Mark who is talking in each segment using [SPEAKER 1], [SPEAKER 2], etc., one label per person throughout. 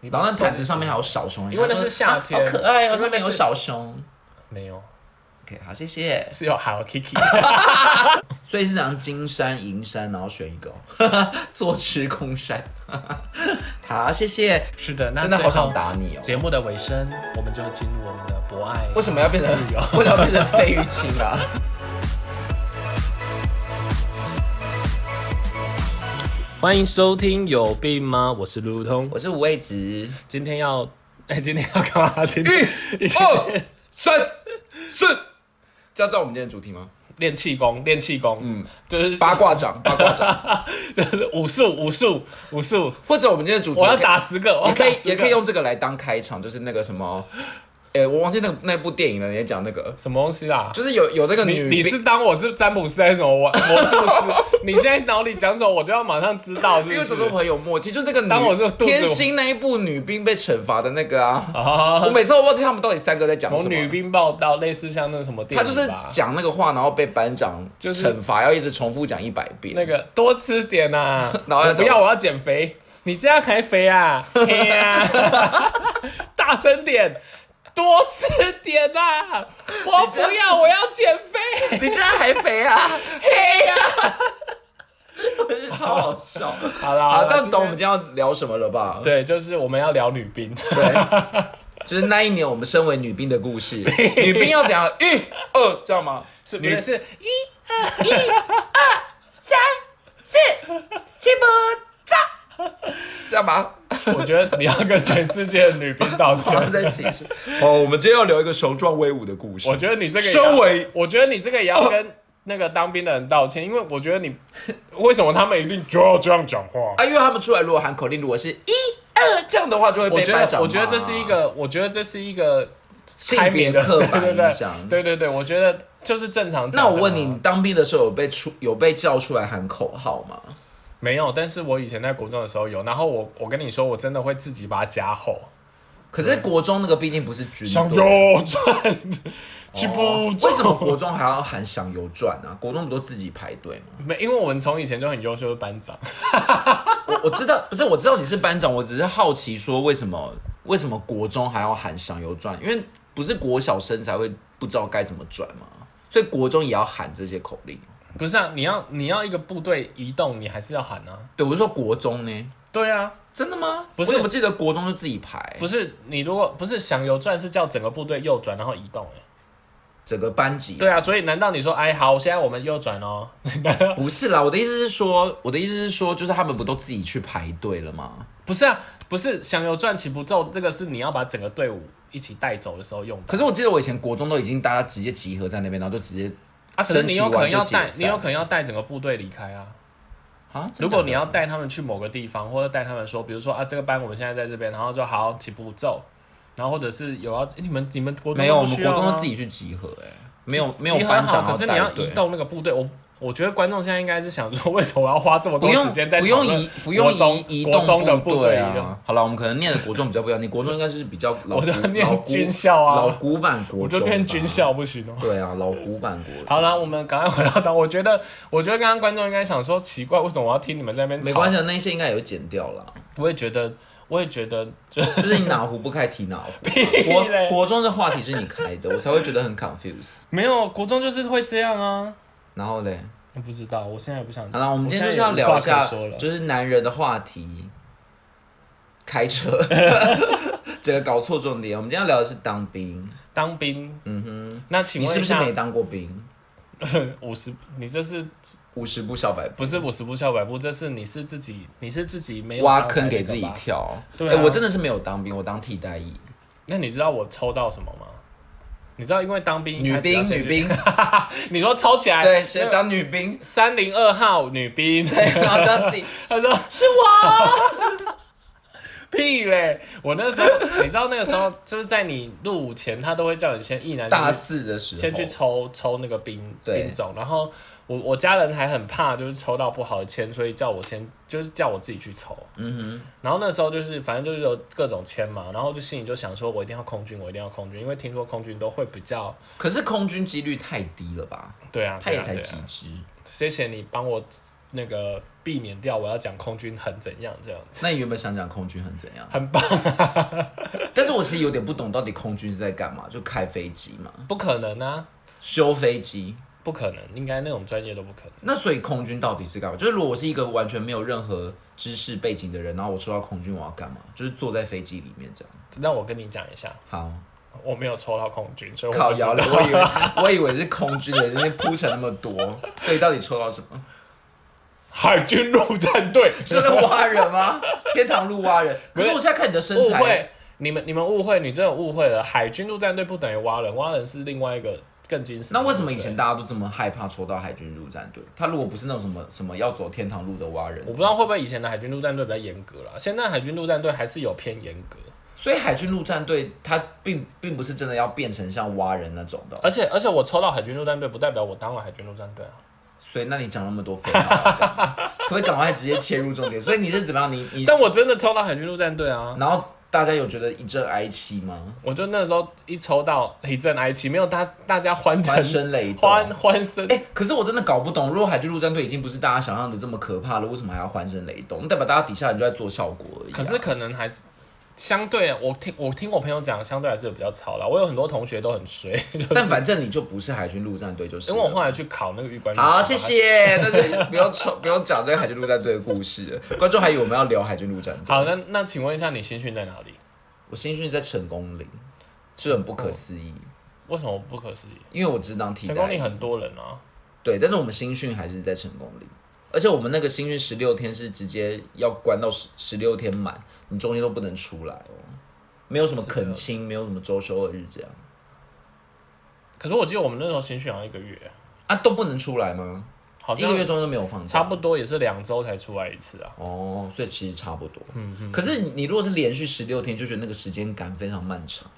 [SPEAKER 1] 你
[SPEAKER 2] 然
[SPEAKER 1] 把
[SPEAKER 2] 后
[SPEAKER 1] 它
[SPEAKER 2] 那
[SPEAKER 1] 送
[SPEAKER 2] 毯子上面还有小熊，
[SPEAKER 1] 因为那
[SPEAKER 2] 他说
[SPEAKER 1] 是夏天
[SPEAKER 2] 啊好可爱
[SPEAKER 1] 因
[SPEAKER 2] 哦，
[SPEAKER 1] 为那是
[SPEAKER 2] 上面有小熊。
[SPEAKER 1] 没有，
[SPEAKER 2] OK，好，谢谢。
[SPEAKER 1] 是有 Hello Kitty，
[SPEAKER 2] 所以是讲金山银山，然后选一个、哦， 坐吃空山。 好，谢谢。
[SPEAKER 1] 是的，那
[SPEAKER 2] 真的好想
[SPEAKER 1] 最后
[SPEAKER 2] 打你哦
[SPEAKER 1] 节目的尾声，我们就进入我们的博爱。
[SPEAKER 2] 为什么要变成
[SPEAKER 1] 自由
[SPEAKER 2] 为什么要变成费玉清啊？
[SPEAKER 1] 欢迎收听有病吗？我是路路通，
[SPEAKER 2] 我是五味子。
[SPEAKER 1] 今天要 哎、今天要干 嘛？今天
[SPEAKER 2] 一、
[SPEAKER 1] 已经
[SPEAKER 2] 二、三、四，这要照我们今天的主题吗？
[SPEAKER 1] 练气功，练气功，嗯，就是
[SPEAKER 2] 八卦掌，八卦掌，
[SPEAKER 1] 就是 武术，武术，武术，
[SPEAKER 2] 或者我们今天的主题
[SPEAKER 1] 我要打十个，我
[SPEAKER 2] 也
[SPEAKER 1] 要
[SPEAKER 2] 可
[SPEAKER 1] 打
[SPEAKER 2] 以，也
[SPEAKER 1] 十个
[SPEAKER 2] 可以也可以用这个来当开场，就是那个什么，哎、我忘记那个那部电影了，你也讲那个，
[SPEAKER 1] 什么东西啦？
[SPEAKER 2] 就是有有那个
[SPEAKER 1] 你
[SPEAKER 2] 女
[SPEAKER 1] 你
[SPEAKER 2] 兵
[SPEAKER 1] 是当我是占卜师还是什么我魔术师？你现在脑里讲什么，我就要马上知道，是
[SPEAKER 2] 因
[SPEAKER 1] 不
[SPEAKER 2] 为
[SPEAKER 1] 是
[SPEAKER 2] 走？走很有默契，就是那个女
[SPEAKER 1] 当我是肚子
[SPEAKER 2] 天心那一部女兵被惩罚的那个啊，我
[SPEAKER 1] 啊，
[SPEAKER 2] 每次都忘记他们到底三个在讲
[SPEAKER 1] 某
[SPEAKER 2] 什么。
[SPEAKER 1] 女兵报道，类似像那个什么电
[SPEAKER 2] 他
[SPEAKER 1] 影
[SPEAKER 2] 就是
[SPEAKER 1] 吧
[SPEAKER 2] 讲那个话，然后被班长
[SPEAKER 1] 就是
[SPEAKER 2] 惩罚，要一直重复讲一百遍。
[SPEAKER 1] 那个多吃点呐、啊，
[SPEAKER 2] 然后
[SPEAKER 1] 我
[SPEAKER 2] 要
[SPEAKER 1] 不要，我要减肥。你这样还肥啊？嘿呀、大声点，多吃点呐、啊！我不要，我要减肥。
[SPEAKER 2] 你竟然还肥 啊！
[SPEAKER 1] 嘿呀、
[SPEAKER 2] 我觉得超好笑。
[SPEAKER 1] 好啦，
[SPEAKER 2] 好，
[SPEAKER 1] 好
[SPEAKER 2] 这
[SPEAKER 1] 啦
[SPEAKER 2] 样懂我们今天要聊什么了吧？
[SPEAKER 1] 对，就是我们要聊女 兵。
[SPEAKER 2] 对，就是那一年我们身为女兵的 故事。女兵要怎样？一、二，这样吗？
[SPEAKER 1] 是不
[SPEAKER 2] 女
[SPEAKER 1] 是是一
[SPEAKER 2] 四七八走，这样吗？
[SPEAKER 1] 我觉得你要跟全世界的女兵道 歉。
[SPEAKER 2] 在寝室。哦，我们今天要聊一个雄壮威武的故事。
[SPEAKER 1] 我觉得你这个也要
[SPEAKER 2] 身为
[SPEAKER 1] 我觉得你这个也要跟那个当兵的人道歉，因为我觉 得你为什么他们一定就要这样讲话？
[SPEAKER 2] 啊，因为他们出来如果喊口令，如果是一二这样的话，就会
[SPEAKER 1] 我
[SPEAKER 2] 被
[SPEAKER 1] 觉
[SPEAKER 2] 班长
[SPEAKER 1] 得，
[SPEAKER 2] 骂啊
[SPEAKER 1] 我觉得这是一个，我觉得这是一个
[SPEAKER 2] 性
[SPEAKER 1] 开
[SPEAKER 2] 别
[SPEAKER 1] 明的
[SPEAKER 2] 刻 板
[SPEAKER 1] 对对
[SPEAKER 2] 印象。
[SPEAKER 1] 对对对对，我觉得就是正常讲的
[SPEAKER 2] 那
[SPEAKER 1] 嘛。
[SPEAKER 2] 我问你，你当兵的时候有被出有被叫出来喊口号吗？
[SPEAKER 1] 没有？但是我以前在国中的时候有，然后我我跟你说，我真的会自己把它加厚，
[SPEAKER 2] 可是国中那个毕竟不是军
[SPEAKER 1] 向
[SPEAKER 2] 队，
[SPEAKER 1] 右转， 起步
[SPEAKER 2] 嗯哦为什么国中还要喊响油转啊？国中不都自己排队吗？
[SPEAKER 1] 没？因为我们从以前就很优秀的班长，
[SPEAKER 2] 我我知道，不是我知道你是班长，我只是好奇说为什么为什么国中还要喊响油转？因为不是国小生才会不知道该怎么转吗？所以国中也要喊这些口令。
[SPEAKER 1] 不是啊？你要你要一个部队移动，你还是要喊啊？
[SPEAKER 2] 对，我是说国中呢，
[SPEAKER 1] 对啊，
[SPEAKER 2] 真的吗？
[SPEAKER 1] 不是
[SPEAKER 2] 我怎么记得国中就自己排？
[SPEAKER 1] 不是你如果不是想右转，是叫整个部队右转然后移动、欸，
[SPEAKER 2] 整个班级
[SPEAKER 1] 对啊，所以难道你说哎好，现在我们右转哦？
[SPEAKER 2] 不是啦，我的意思是说，我的意思是说，就是他们不都自己去排队了吗？
[SPEAKER 1] 不是啊，不是想有赚起不皱，这个是你要把整个队伍一起带走的时候用的。
[SPEAKER 2] 可是我记得我以前国中都已经大家直接集合在那边，然后就直接
[SPEAKER 1] 啊，可是
[SPEAKER 2] 升
[SPEAKER 1] 你
[SPEAKER 2] 旗
[SPEAKER 1] 有可能
[SPEAKER 2] 完就
[SPEAKER 1] 要
[SPEAKER 2] 解
[SPEAKER 1] 带，
[SPEAKER 2] 散
[SPEAKER 1] 你有可能要带整个部队离开啊。
[SPEAKER 2] 啊，
[SPEAKER 1] 如果你要
[SPEAKER 2] 真的
[SPEAKER 1] 带他们去某个地方，或者带他们说，比如说啊，这个班我们现在在这边，然后就好起步骤，然后或者是有要、诶你们你们国
[SPEAKER 2] 假的
[SPEAKER 1] 中都不
[SPEAKER 2] 没有，我们
[SPEAKER 1] 需
[SPEAKER 2] 国
[SPEAKER 1] 要啊
[SPEAKER 2] 中
[SPEAKER 1] 吗
[SPEAKER 2] 都自己去集合、哎，没有没有
[SPEAKER 1] 集合
[SPEAKER 2] 班
[SPEAKER 1] 好
[SPEAKER 2] 长啊
[SPEAKER 1] 可是你
[SPEAKER 2] 带
[SPEAKER 1] 要
[SPEAKER 2] 队
[SPEAKER 1] 移，动那个部队，我我觉得观众现在应该是想说，为什么我要花这么
[SPEAKER 2] 不
[SPEAKER 1] 多
[SPEAKER 2] 用
[SPEAKER 1] 时间在
[SPEAKER 2] 不用
[SPEAKER 1] 讨论
[SPEAKER 2] 移不用
[SPEAKER 1] 国中
[SPEAKER 2] 移移
[SPEAKER 1] 国
[SPEAKER 2] 动
[SPEAKER 1] 中的
[SPEAKER 2] 部
[SPEAKER 1] 队
[SPEAKER 2] 队
[SPEAKER 1] 移动
[SPEAKER 2] 啊。好了，我们可能念的国中比较不一样，你国中应该是比较老
[SPEAKER 1] 我就
[SPEAKER 2] 古
[SPEAKER 1] 念
[SPEAKER 2] 老古
[SPEAKER 1] 军校啊
[SPEAKER 2] 老古板国
[SPEAKER 1] 我
[SPEAKER 2] 中，
[SPEAKER 1] 就变军。校不行哦。
[SPEAKER 2] 对啊，老古板国中。
[SPEAKER 1] 好了，我们赶快回到当。我 觉得，我觉得刚刚观众应该想说，奇怪，为什么我要听你们在那边吵？
[SPEAKER 2] 没关系，啊那些应该有剪 掉了。
[SPEAKER 1] 我也觉得，我也觉得，就
[SPEAKER 2] 就是你哪壶不开提哪壶。
[SPEAKER 1] 嘞
[SPEAKER 2] 国国中的话题是你开的，我才会觉得很 confuse。
[SPEAKER 1] 没有国中就是会这样啊。
[SPEAKER 2] 然后嘞，
[SPEAKER 1] 我不知道，我现在也不想。
[SPEAKER 2] 好了，我们今天就是
[SPEAKER 1] 现在
[SPEAKER 2] 要
[SPEAKER 1] 也
[SPEAKER 2] 聊一
[SPEAKER 1] 无话
[SPEAKER 2] 下
[SPEAKER 1] 可说了，
[SPEAKER 2] 就是男人的话题，开车， 这个搞错重点。我们今天要聊的是当兵，
[SPEAKER 1] 当兵。嗯哼，那请
[SPEAKER 2] 你
[SPEAKER 1] 问
[SPEAKER 2] 是
[SPEAKER 1] 一
[SPEAKER 2] 不是
[SPEAKER 1] 下
[SPEAKER 2] 没，当过兵？
[SPEAKER 1] 五十，你这是
[SPEAKER 2] 五十步笑百步，
[SPEAKER 1] 不是五十步笑百步？这是你是自己，你是自己没有
[SPEAKER 2] 挖
[SPEAKER 1] 当
[SPEAKER 2] 坑
[SPEAKER 1] 才
[SPEAKER 2] 给
[SPEAKER 1] 那个
[SPEAKER 2] 自己
[SPEAKER 1] 吧。
[SPEAKER 2] 跳。哎
[SPEAKER 1] 对啊
[SPEAKER 2] 诶我真的是没有当兵，我当替代役，
[SPEAKER 1] 那你知道我抽到什么吗？你知道，因为当兵一
[SPEAKER 2] 女
[SPEAKER 1] 开始要
[SPEAKER 2] 兵，
[SPEAKER 1] 先
[SPEAKER 2] 女
[SPEAKER 1] 去，
[SPEAKER 2] 兵，
[SPEAKER 1] 你说抽起来，，
[SPEAKER 2] 对，先讲女兵
[SPEAKER 1] 三零二号女兵。
[SPEAKER 2] 对，然后叫 自己，
[SPEAKER 1] 他说
[SPEAKER 2] 是我，
[SPEAKER 1] 屁嘞！我那时候，你知道那个时候就是在你入伍前，他都会叫你先一男
[SPEAKER 2] 大
[SPEAKER 1] 先去
[SPEAKER 2] 四的时候，
[SPEAKER 1] 先去抽抽那个兵
[SPEAKER 2] 对
[SPEAKER 1] 兵种，然后我我家人还很怕就是抽到不好的签，所以叫我先就是叫我自己去抽。嗯哼。然后那时候就是反正就是有各种签嘛，然后就心里就想说我一定要空军，我一定要空军，因为听说空军都会比较
[SPEAKER 2] 可是空军几率太低了吧？
[SPEAKER 1] 对啊，
[SPEAKER 2] 他
[SPEAKER 1] 对
[SPEAKER 2] 也
[SPEAKER 1] 啊
[SPEAKER 2] 才
[SPEAKER 1] 对
[SPEAKER 2] 几
[SPEAKER 1] 啊。
[SPEAKER 2] 只，
[SPEAKER 1] 谢谢你帮我那个避免掉我要讲空军很怎样这样子，
[SPEAKER 2] 那你原本想讲空军很怎样？
[SPEAKER 1] 很棒，啊
[SPEAKER 2] 但是我其实有点不懂，到底空军是在干嘛？就开飞机嘛，
[SPEAKER 1] 不可能啊，
[SPEAKER 2] 修飞机。
[SPEAKER 1] 不可能，应该那种专业都不可能。
[SPEAKER 2] 那所以空军到底是干嘛？就是如果我是一个完全没有任何知识背景的人，然后我说到空军，我要干嘛？就是坐在飞机里面这样。
[SPEAKER 1] 那我跟你讲一下，
[SPEAKER 2] 好，
[SPEAKER 1] 我没有抽到空军，所以我
[SPEAKER 2] 靠
[SPEAKER 1] 不知道
[SPEAKER 2] 摇了，我以为我以为是空军的，那边铺陈那么多，所以到底抽到什么？
[SPEAKER 1] 海军陆战 队。
[SPEAKER 2] 是在挖人吗？天堂路挖人？可是我现在看你的身
[SPEAKER 1] 误
[SPEAKER 2] 材，
[SPEAKER 1] 会，你们你们误会，你真的误会了。海军陆战队不等于蛙人，蛙人是另外一个更惊悚。
[SPEAKER 2] 那为什么以前大家都这么害怕抽到海军陆战队？他如果不是那种什么什么要走天堂路的挖人
[SPEAKER 1] 我，不知道会不会以前的海军陆战队比较严格啦，现在海军陆战队还是有偏严格，
[SPEAKER 2] 所以海军陆战队他并并不是真的要变成像挖人那种的。哦
[SPEAKER 1] 而且而且我抽到海军陆战队，不代表我当了海军陆战队啊。
[SPEAKER 2] 所以那你讲那么多废话，干嘛可不可以赶快直接切入重点？所以你是怎么样？你你
[SPEAKER 1] 但我真的抽到海军陆战队啊！
[SPEAKER 2] 然后大家有觉得一阵哀戚吗？
[SPEAKER 1] 我就那时候一抽到一阵哀戚，没有大大家欢腾
[SPEAKER 2] 欢声雷动。
[SPEAKER 1] 欢欢声，
[SPEAKER 2] 哎、可是我真的搞不懂，如果海军陆战队已经不是大家想象的这么可怕了，为什么还要欢声雷动？那代表大家底下人就在做效果而已啊、
[SPEAKER 1] 可是可能还是相对，我听我听我朋友讲，相对还是有比较吵啦。我有很多同学都很衰，
[SPEAKER 2] 但反正你就不是海军陆战队就是
[SPEAKER 1] 因
[SPEAKER 2] 了。
[SPEAKER 1] 为我后来去考那个玉关。
[SPEAKER 2] 好，谢。谢。但是不要抽，不用讲这个海军陆战队的故事了，观众还以为我们要聊海军陆战队。
[SPEAKER 1] 好，那那请问一下，你新训在哪里？
[SPEAKER 2] 我新训在成功岭，这很不可思议，
[SPEAKER 1] 为什么不可思议？
[SPEAKER 2] 因为我只当替
[SPEAKER 1] 成功
[SPEAKER 2] 代
[SPEAKER 1] 你。很多人啊，
[SPEAKER 2] 对，但是我们新训还是在成功岭，而且我们那个新训十六天是直接要关到十十六天满，你中间都不能出来哦，没有什么恳亲，没有什么周休二日这样
[SPEAKER 1] 可是我记得我们那时候新训好像一个月，
[SPEAKER 2] 啊，都不能出来吗？
[SPEAKER 1] 好
[SPEAKER 2] 一
[SPEAKER 1] 像
[SPEAKER 2] 个月中间都没有放假，
[SPEAKER 1] 差不多也是两周才出来一次啊。
[SPEAKER 2] 哦，所以其实差不多。
[SPEAKER 1] 嗯
[SPEAKER 2] 可是你如果是连续十六天，就觉得那个时间感非常漫长。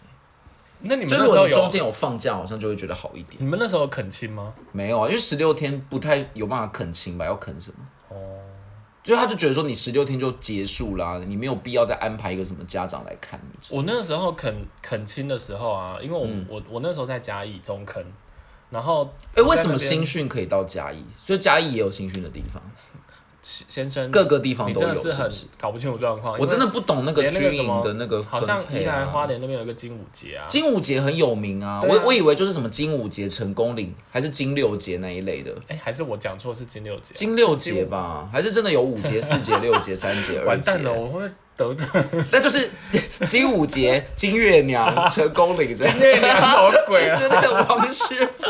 [SPEAKER 1] 那你们
[SPEAKER 2] 就
[SPEAKER 1] 那
[SPEAKER 2] 如
[SPEAKER 1] 时
[SPEAKER 2] 果
[SPEAKER 1] 候
[SPEAKER 2] 你中
[SPEAKER 1] 有
[SPEAKER 2] 间有放假，好像就会觉得好一点。
[SPEAKER 1] 你们那时候有恳亲吗？
[SPEAKER 2] 没有啊，因为十六天不太有办法恳亲吧？要恳什么？哦，就是他就觉得说你十六天就结束啦、你没有必要再安排一个什么家长来看你。
[SPEAKER 1] 我那时候恳恳亲的时候啊，因为我、
[SPEAKER 2] 嗯
[SPEAKER 1] 我我那时候在嘉义中坑，然后
[SPEAKER 2] 哎、为什
[SPEAKER 1] 在那
[SPEAKER 2] 么
[SPEAKER 1] 边
[SPEAKER 2] 新训可以到嘉义？所以嘉义也有新训的地方，
[SPEAKER 1] 先生
[SPEAKER 2] 各个地方
[SPEAKER 1] 你
[SPEAKER 2] 都
[SPEAKER 1] 真
[SPEAKER 2] 有，
[SPEAKER 1] 的是
[SPEAKER 2] 是
[SPEAKER 1] 很
[SPEAKER 2] 不是？
[SPEAKER 1] 搞不清楚状况，
[SPEAKER 2] 我真
[SPEAKER 1] 的
[SPEAKER 2] 的不懂那个
[SPEAKER 1] 连那个
[SPEAKER 2] 军
[SPEAKER 1] 什么
[SPEAKER 2] 营的那个
[SPEAKER 1] 好
[SPEAKER 2] 分
[SPEAKER 1] 像宜
[SPEAKER 2] 配
[SPEAKER 1] 兰
[SPEAKER 2] 啊。
[SPEAKER 1] 花莲那边有一个金舞节啊，
[SPEAKER 2] 金舞节很有名啊，
[SPEAKER 1] 对啊
[SPEAKER 2] 我我以为就是什么金舞节、成功岭，还是金六节那一类的。
[SPEAKER 1] 哎、还是我讲错是金六节啊，
[SPEAKER 2] 金六节 吧，还是真的有五节、四节、六节、三节、二
[SPEAKER 1] 完
[SPEAKER 2] 节
[SPEAKER 1] 蛋？了，我会不会得罪
[SPEAKER 2] 那就是金五节、金月 娘、成功岭这样。
[SPEAKER 1] 月亮什么鬼啊？
[SPEAKER 2] 就那个王师 傅，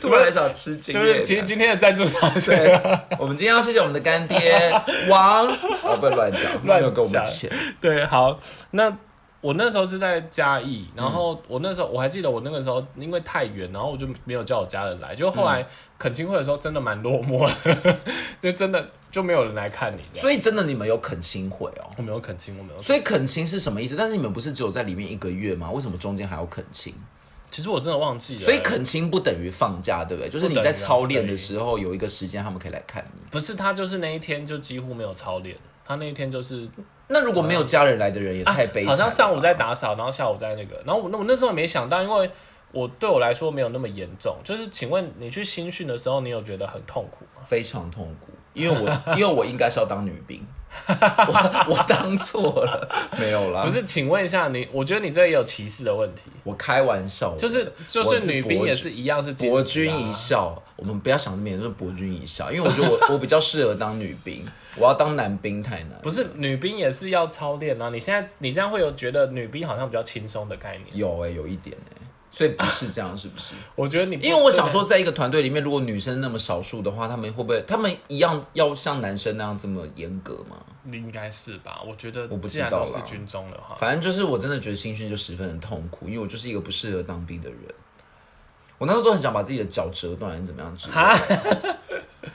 [SPEAKER 2] 突然想吃金
[SPEAKER 1] 就
[SPEAKER 2] 月
[SPEAKER 1] 是其实
[SPEAKER 2] 娘。
[SPEAKER 1] 今天的赞助商是
[SPEAKER 2] 对，我们今天要谢谢我们的干爹 王，哦，不能 乱讲，他没有给我们
[SPEAKER 1] 乱讲
[SPEAKER 2] 钱。
[SPEAKER 1] 对，好，那我那时候是在嘉义，
[SPEAKER 2] 嗯
[SPEAKER 1] 然后我那时候我还记得我那个时候因为太远，然后我就没有叫我家人来，就后
[SPEAKER 2] 嗯
[SPEAKER 1] 来恳亲会的时候真的蛮落寞的， 就真的就没有人来看你这样。
[SPEAKER 2] 所以真的你们有恳亲会哦。
[SPEAKER 1] 我没有恳亲，我没有。
[SPEAKER 2] 所以恳亲是什么意思？但是你们不是只有在里面一个月吗？为什么中间还要恳亲？
[SPEAKER 1] 其实我真的忘记了。欸
[SPEAKER 2] 所以恳亲不等于放假，对不对？就是你
[SPEAKER 1] 不等
[SPEAKER 2] 在
[SPEAKER 1] 于啊
[SPEAKER 2] 操练的时候有一个时间，他们可以来看你。
[SPEAKER 1] 不是他，就是那一天就几乎没有操练。他那一天就是
[SPEAKER 2] 那如果没有家人来的人也太悲
[SPEAKER 1] 啊
[SPEAKER 2] 惨、
[SPEAKER 1] 好像上午在打扫，然后下午在那个，然后我那我那时候也没想到，因为我对我来说没有那么严重。就是请问你去新训的时候，你有觉得很痛苦吗？
[SPEAKER 2] 非常痛苦，因为我 因为我应该是要当女兵， 我我当错了，没有啦，
[SPEAKER 1] 不，是，请问一下你，我觉得你这也有歧视的问题，
[SPEAKER 2] 我开玩笑，
[SPEAKER 1] 就是就
[SPEAKER 2] 我
[SPEAKER 1] 是
[SPEAKER 2] 是
[SPEAKER 1] 女兵
[SPEAKER 2] 伯
[SPEAKER 1] 也
[SPEAKER 2] 爵
[SPEAKER 1] 是一样是啊
[SPEAKER 2] 博
[SPEAKER 1] 君
[SPEAKER 2] 君一笑，我们不要想这么严重，就是博君一笑，因为我觉得我我比较适合当女兵，我要当男兵太难，
[SPEAKER 1] 不是女兵也是要操练啊！你现在你这样会有觉得女兵好像比较轻松的概念，
[SPEAKER 2] 有哎、有一点哎、所以不是这样，是 不是？
[SPEAKER 1] 我觉得你不
[SPEAKER 2] 因为我想说，在一个团队里面，如果女生那么少数的话，他们会不会他们一样要像男生那样这么严格吗？
[SPEAKER 1] 你应该是吧？我觉得
[SPEAKER 2] 不
[SPEAKER 1] 既
[SPEAKER 2] 知
[SPEAKER 1] 然
[SPEAKER 2] 道
[SPEAKER 1] 都是
[SPEAKER 2] 啦
[SPEAKER 1] 军中的话，
[SPEAKER 2] 反正就是我真的觉得新训就十分的痛苦，因为我就是一个不适合当兵的人。我那时候都很想把自己的脚折断，还是怎么样之类的，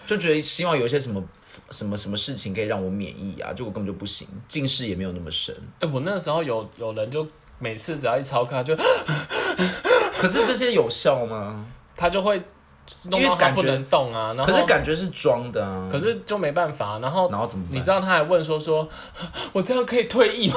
[SPEAKER 2] 就觉得希望有一些什么什么什么事情可以让我免疫啊，结果根本就不行，近视也没有那么深。
[SPEAKER 1] 哎、我那时候有有人就每次只要一操课，他就
[SPEAKER 2] 可是这些有效吗？
[SPEAKER 1] 他就会弄
[SPEAKER 2] 因
[SPEAKER 1] 到
[SPEAKER 2] 为
[SPEAKER 1] 他
[SPEAKER 2] 感觉
[SPEAKER 1] 不能动啊，然后
[SPEAKER 2] 可是感觉是装的啊。
[SPEAKER 1] 可是就没办法，然后
[SPEAKER 2] 然后怎么办
[SPEAKER 1] 你知道他还问说说， 我这样可以退役吗？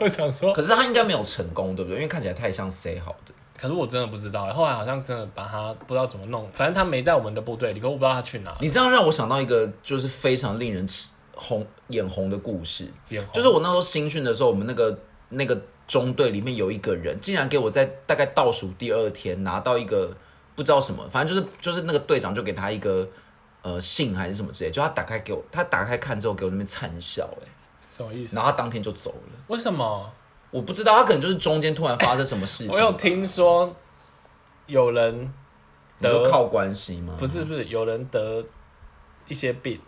[SPEAKER 1] 我想说
[SPEAKER 2] 可是他应该没有成功，对不对？因为看起来太像 C 好的。
[SPEAKER 1] 可是我真的不知道，后来好像真的把他不知道怎么弄，反正他没在我们的部队里，可我不知道他去哪。
[SPEAKER 2] 你这样让我想到一个就是非常令人吃红眼红的故事，
[SPEAKER 1] 眼红
[SPEAKER 2] 就是我那时候新训的时候，我们那个那个中队里面有一个人，竟然给我在大概倒数第二天拿到一个不知道什么，反正就是就是那个队长就给他一个呃信还是什么之类，就他打开给我，他打开看之后给我那边灿笑、欸，
[SPEAKER 1] 什么意思？
[SPEAKER 2] 然后他当天就走了。
[SPEAKER 1] 为什么？
[SPEAKER 2] 我不知道，他可能就是中间突然发生什么事情吧，
[SPEAKER 1] 我有听说有人
[SPEAKER 2] 你说
[SPEAKER 1] 得
[SPEAKER 2] 靠关系吗？
[SPEAKER 1] 不是不是有人得一些病，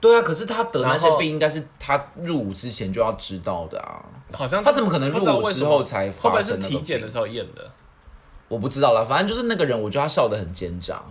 [SPEAKER 2] 对啊，可是他得那些
[SPEAKER 1] 然后
[SPEAKER 2] 病应该是他入伍之前就要知道的啊。
[SPEAKER 1] 好像
[SPEAKER 2] 他怎么可能入
[SPEAKER 1] 不知道
[SPEAKER 2] 伍
[SPEAKER 1] 为
[SPEAKER 2] 之
[SPEAKER 1] 什么
[SPEAKER 2] 后才
[SPEAKER 1] 会不
[SPEAKER 2] 发
[SPEAKER 1] 会是
[SPEAKER 2] 生那个
[SPEAKER 1] 体检的
[SPEAKER 2] 病
[SPEAKER 1] 时候验的？
[SPEAKER 2] 我不知道啦，反正就是那个人，我觉得他笑得很奸诈。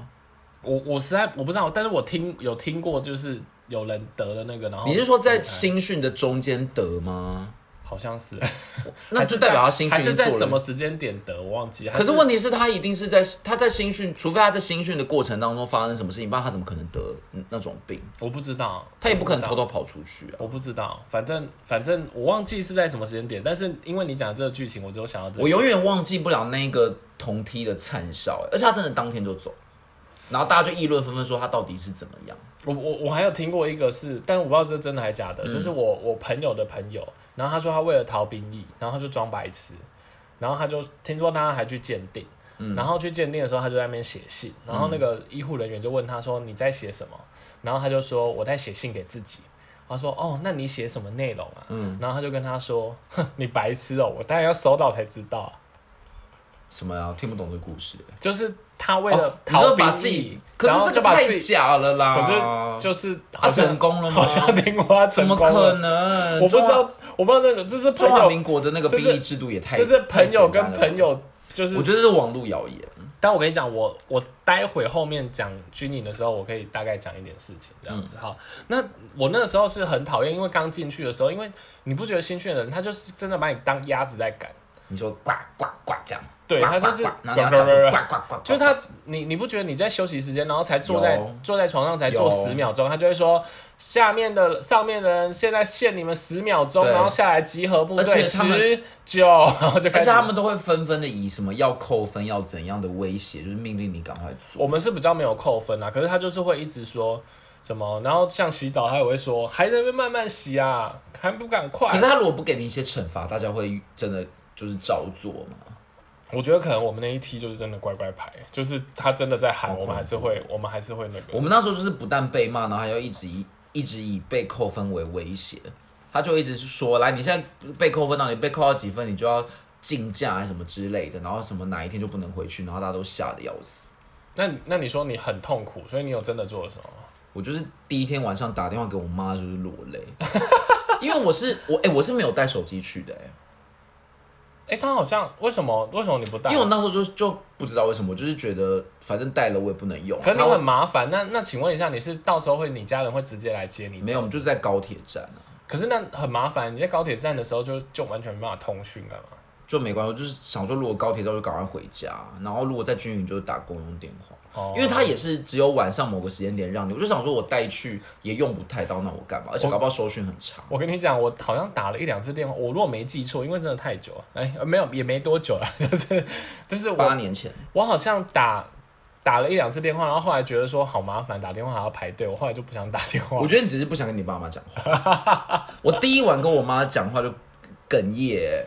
[SPEAKER 1] 我我实在我不知道，但是我听有听过，就是有人得了那个，然后
[SPEAKER 2] 你是说在
[SPEAKER 1] 离开
[SPEAKER 2] 新训的中间得吗？
[SPEAKER 1] 好像是，
[SPEAKER 2] 那
[SPEAKER 1] 还是
[SPEAKER 2] 就代表他
[SPEAKER 1] 在
[SPEAKER 2] 新训
[SPEAKER 1] 还是在
[SPEAKER 2] 做了
[SPEAKER 1] 什么时间点得，我忘记。
[SPEAKER 2] 可是
[SPEAKER 1] 还
[SPEAKER 2] 问题是，他一定是在他在新训，除非他在新训的过程当中发生什么事情，不然他怎么可能得嗯那种病？
[SPEAKER 1] 我不知道，
[SPEAKER 2] 他也不可能偷
[SPEAKER 1] 我
[SPEAKER 2] 偷跑出去
[SPEAKER 1] 不知
[SPEAKER 2] 啊！
[SPEAKER 1] 道。我不知道，反正反正我忘记是在什么时间点，但是因为你讲这个剧情，我只有想到这个。
[SPEAKER 2] 我永远忘记不了那个同梯的灿笑、欸而且他真的当天就走，然后大家就议论纷纷说他到底是怎么样。
[SPEAKER 1] 我我我还有听过一个是，但我不知道这是真的还是假的，
[SPEAKER 2] 嗯
[SPEAKER 1] 就是我我朋友的朋友，然后他说他为了逃兵役，然后他就装白痴，然后他就听说他还去鉴定，
[SPEAKER 2] 嗯
[SPEAKER 1] 然后去鉴定的时候他就在那边写信，然后那个医护人员就问他说你在写什么，然后他就说我在写信给自己。他说：“哦，那你写什么内容啊？”
[SPEAKER 2] 嗯
[SPEAKER 1] 然后他就跟他说：“哼，你白痴哦、我当然要收到才知道啊、
[SPEAKER 2] 什么啊？听不懂这故事、欸。
[SPEAKER 1] 就是他为了
[SPEAKER 2] 哦你说
[SPEAKER 1] 逃兵
[SPEAKER 2] 把自己
[SPEAKER 1] 役，，
[SPEAKER 2] 可
[SPEAKER 1] 然
[SPEAKER 2] 是
[SPEAKER 1] 后
[SPEAKER 2] 这
[SPEAKER 1] 就
[SPEAKER 2] 个
[SPEAKER 1] 把
[SPEAKER 2] 太
[SPEAKER 1] 自己，
[SPEAKER 2] 假了啦！
[SPEAKER 1] 可是就是
[SPEAKER 2] 他
[SPEAKER 1] 啊好像
[SPEAKER 2] 成功了吗
[SPEAKER 1] 好？像听过他
[SPEAKER 2] 怎
[SPEAKER 1] 成
[SPEAKER 2] 么
[SPEAKER 1] 功
[SPEAKER 2] 可
[SPEAKER 1] 了。
[SPEAKER 2] 能？
[SPEAKER 1] 我不知
[SPEAKER 2] 中华
[SPEAKER 1] 道，我不知道这个，这是
[SPEAKER 2] 中
[SPEAKER 1] 朋
[SPEAKER 2] 华
[SPEAKER 1] 友，
[SPEAKER 2] 民国的那个
[SPEAKER 1] 就
[SPEAKER 2] 兵
[SPEAKER 1] 是
[SPEAKER 2] 役制度也太，
[SPEAKER 1] 这是朋友
[SPEAKER 2] 太
[SPEAKER 1] 跟
[SPEAKER 2] 简单了
[SPEAKER 1] 朋。友，就是
[SPEAKER 2] 我觉得是网络谣言，
[SPEAKER 1] 但我跟你讲，我我待会后面讲军营的时候，我可以大概讲一点事情这样子
[SPEAKER 2] 嗯
[SPEAKER 1] 哈、那我那时候是很讨厌，因为刚进去的时候，因为你不觉得新训的人他就是真的把你当鸭子在赶，
[SPEAKER 2] 你说呱呱呱这样，
[SPEAKER 1] 对
[SPEAKER 2] 呱
[SPEAKER 1] 他就是
[SPEAKER 2] 呱呱然后你要
[SPEAKER 1] 呱呱
[SPEAKER 2] 讲
[SPEAKER 1] 呱
[SPEAKER 2] 出呱呱呱呱，
[SPEAKER 1] 就是他你你不觉得你在休息时间，然后才坐在
[SPEAKER 2] 哦有
[SPEAKER 1] 坐在床上才坐
[SPEAKER 2] 有
[SPEAKER 1] 十秒钟，他就会说下面的上面的人现在限你们十秒钟，
[SPEAKER 2] 对
[SPEAKER 1] 然后下来集合部
[SPEAKER 2] 而
[SPEAKER 1] 队
[SPEAKER 2] 且他们
[SPEAKER 1] 十九，然后就开
[SPEAKER 2] 而
[SPEAKER 1] 始
[SPEAKER 2] 且他们都会纷纷的以什么要扣分、要怎样的威胁，就是命令你赶快做。
[SPEAKER 1] 我们是比较没有扣分啊，可是他就是会一直说什么，然后像洗澡，他也会说还在那边慢慢洗啊，还不赶快
[SPEAKER 2] 可。是他如果不给你一些惩罚，大家会真的就是照做嘛？
[SPEAKER 1] 我觉得可能我们那一梯就是真的乖乖牌，就是他真的在喊，我们还是
[SPEAKER 2] 哦
[SPEAKER 1] 会，我们还是会那
[SPEAKER 2] 我
[SPEAKER 1] 个。
[SPEAKER 2] 们那时候就是不但被骂，然后还要一直以一直以被扣分为威胁，他就一直是说，来，你现在被扣分到你被扣到几分，你就要竞价啊什么之类的，然后什么哪一天就不能回去，然后大家都吓得要死。
[SPEAKER 1] 那你那你说你很痛苦，所以你有真的做了什么吗？
[SPEAKER 2] 我就是第一天晚上打电话给我妈，就是落泪，因为我是我哎、我是没有带手机去的哎、
[SPEAKER 1] 哎、他好像为什么为什么你不带？
[SPEAKER 2] 因为我那时候就就不知道为什么，我就是觉得反正带了我也不能用。
[SPEAKER 1] 可是
[SPEAKER 2] 然
[SPEAKER 1] 你
[SPEAKER 2] 后
[SPEAKER 1] 很麻烦。那那请问一下，你是到时候会你家人会直接来接你？
[SPEAKER 2] 没有，我。们就是在高铁站啊，
[SPEAKER 1] 可是那很麻烦，你在高铁站的时候就就完全没办法通讯啊了嘛。
[SPEAKER 2] 就没关系，我就是想说如果高铁站就赶快回家，然后如果在军营就是打公用电话。
[SPEAKER 1] 哦
[SPEAKER 2] 因为它也是只有晚上某个时间点让你，我就想说我带去也用不太到，那我干嘛？而且搞不好收讯很差。
[SPEAKER 1] 我跟你讲，我好像打了一两次电话，我如果没记错，因为真的太久了，哎、呃没有也没多久了， 就是就是
[SPEAKER 2] 八
[SPEAKER 1] 我
[SPEAKER 2] 年前，
[SPEAKER 1] 我好像打打了一两次电话，然后后来觉得说好麻烦，打电话还要排队，我后来就不想打电话
[SPEAKER 2] 我。觉得你只是不想跟你爸妈讲话。我第一晚跟我妈讲话就哽咽、欸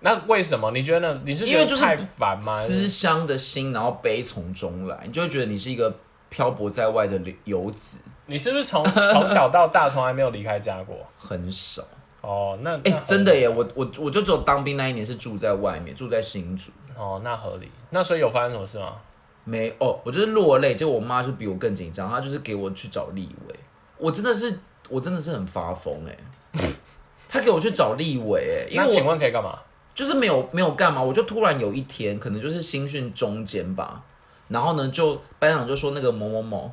[SPEAKER 1] 那为什么？你觉得呢？你是觉得
[SPEAKER 2] 因为就是
[SPEAKER 1] 太烦吗？
[SPEAKER 2] 思乡的心，然后悲从中来，你就会觉得你是一个漂泊在外的游子，
[SPEAKER 1] 你是不是从 从小到大从来没有离开家过？
[SPEAKER 2] 很少。
[SPEAKER 1] 哦，那
[SPEAKER 2] 哎、
[SPEAKER 1] 那合理
[SPEAKER 2] 真的耶，我我我就只有当兵那一年是住在外面，住在新竹。
[SPEAKER 1] 哦，那合理。那所以有发生什么事吗？
[SPEAKER 2] 没哦，我就是落泪，结果我妈就比我更紧张，她就是给我去找立委，我真的是我真的是很发疯哎、她给我去找立委哎、因
[SPEAKER 1] 那
[SPEAKER 2] 为
[SPEAKER 1] 请
[SPEAKER 2] 我
[SPEAKER 1] 问可以干嘛？
[SPEAKER 2] 就是没有没有干嘛，我就突然有一天可能就是新训中间吧，然后呢就班长就说那个某某某。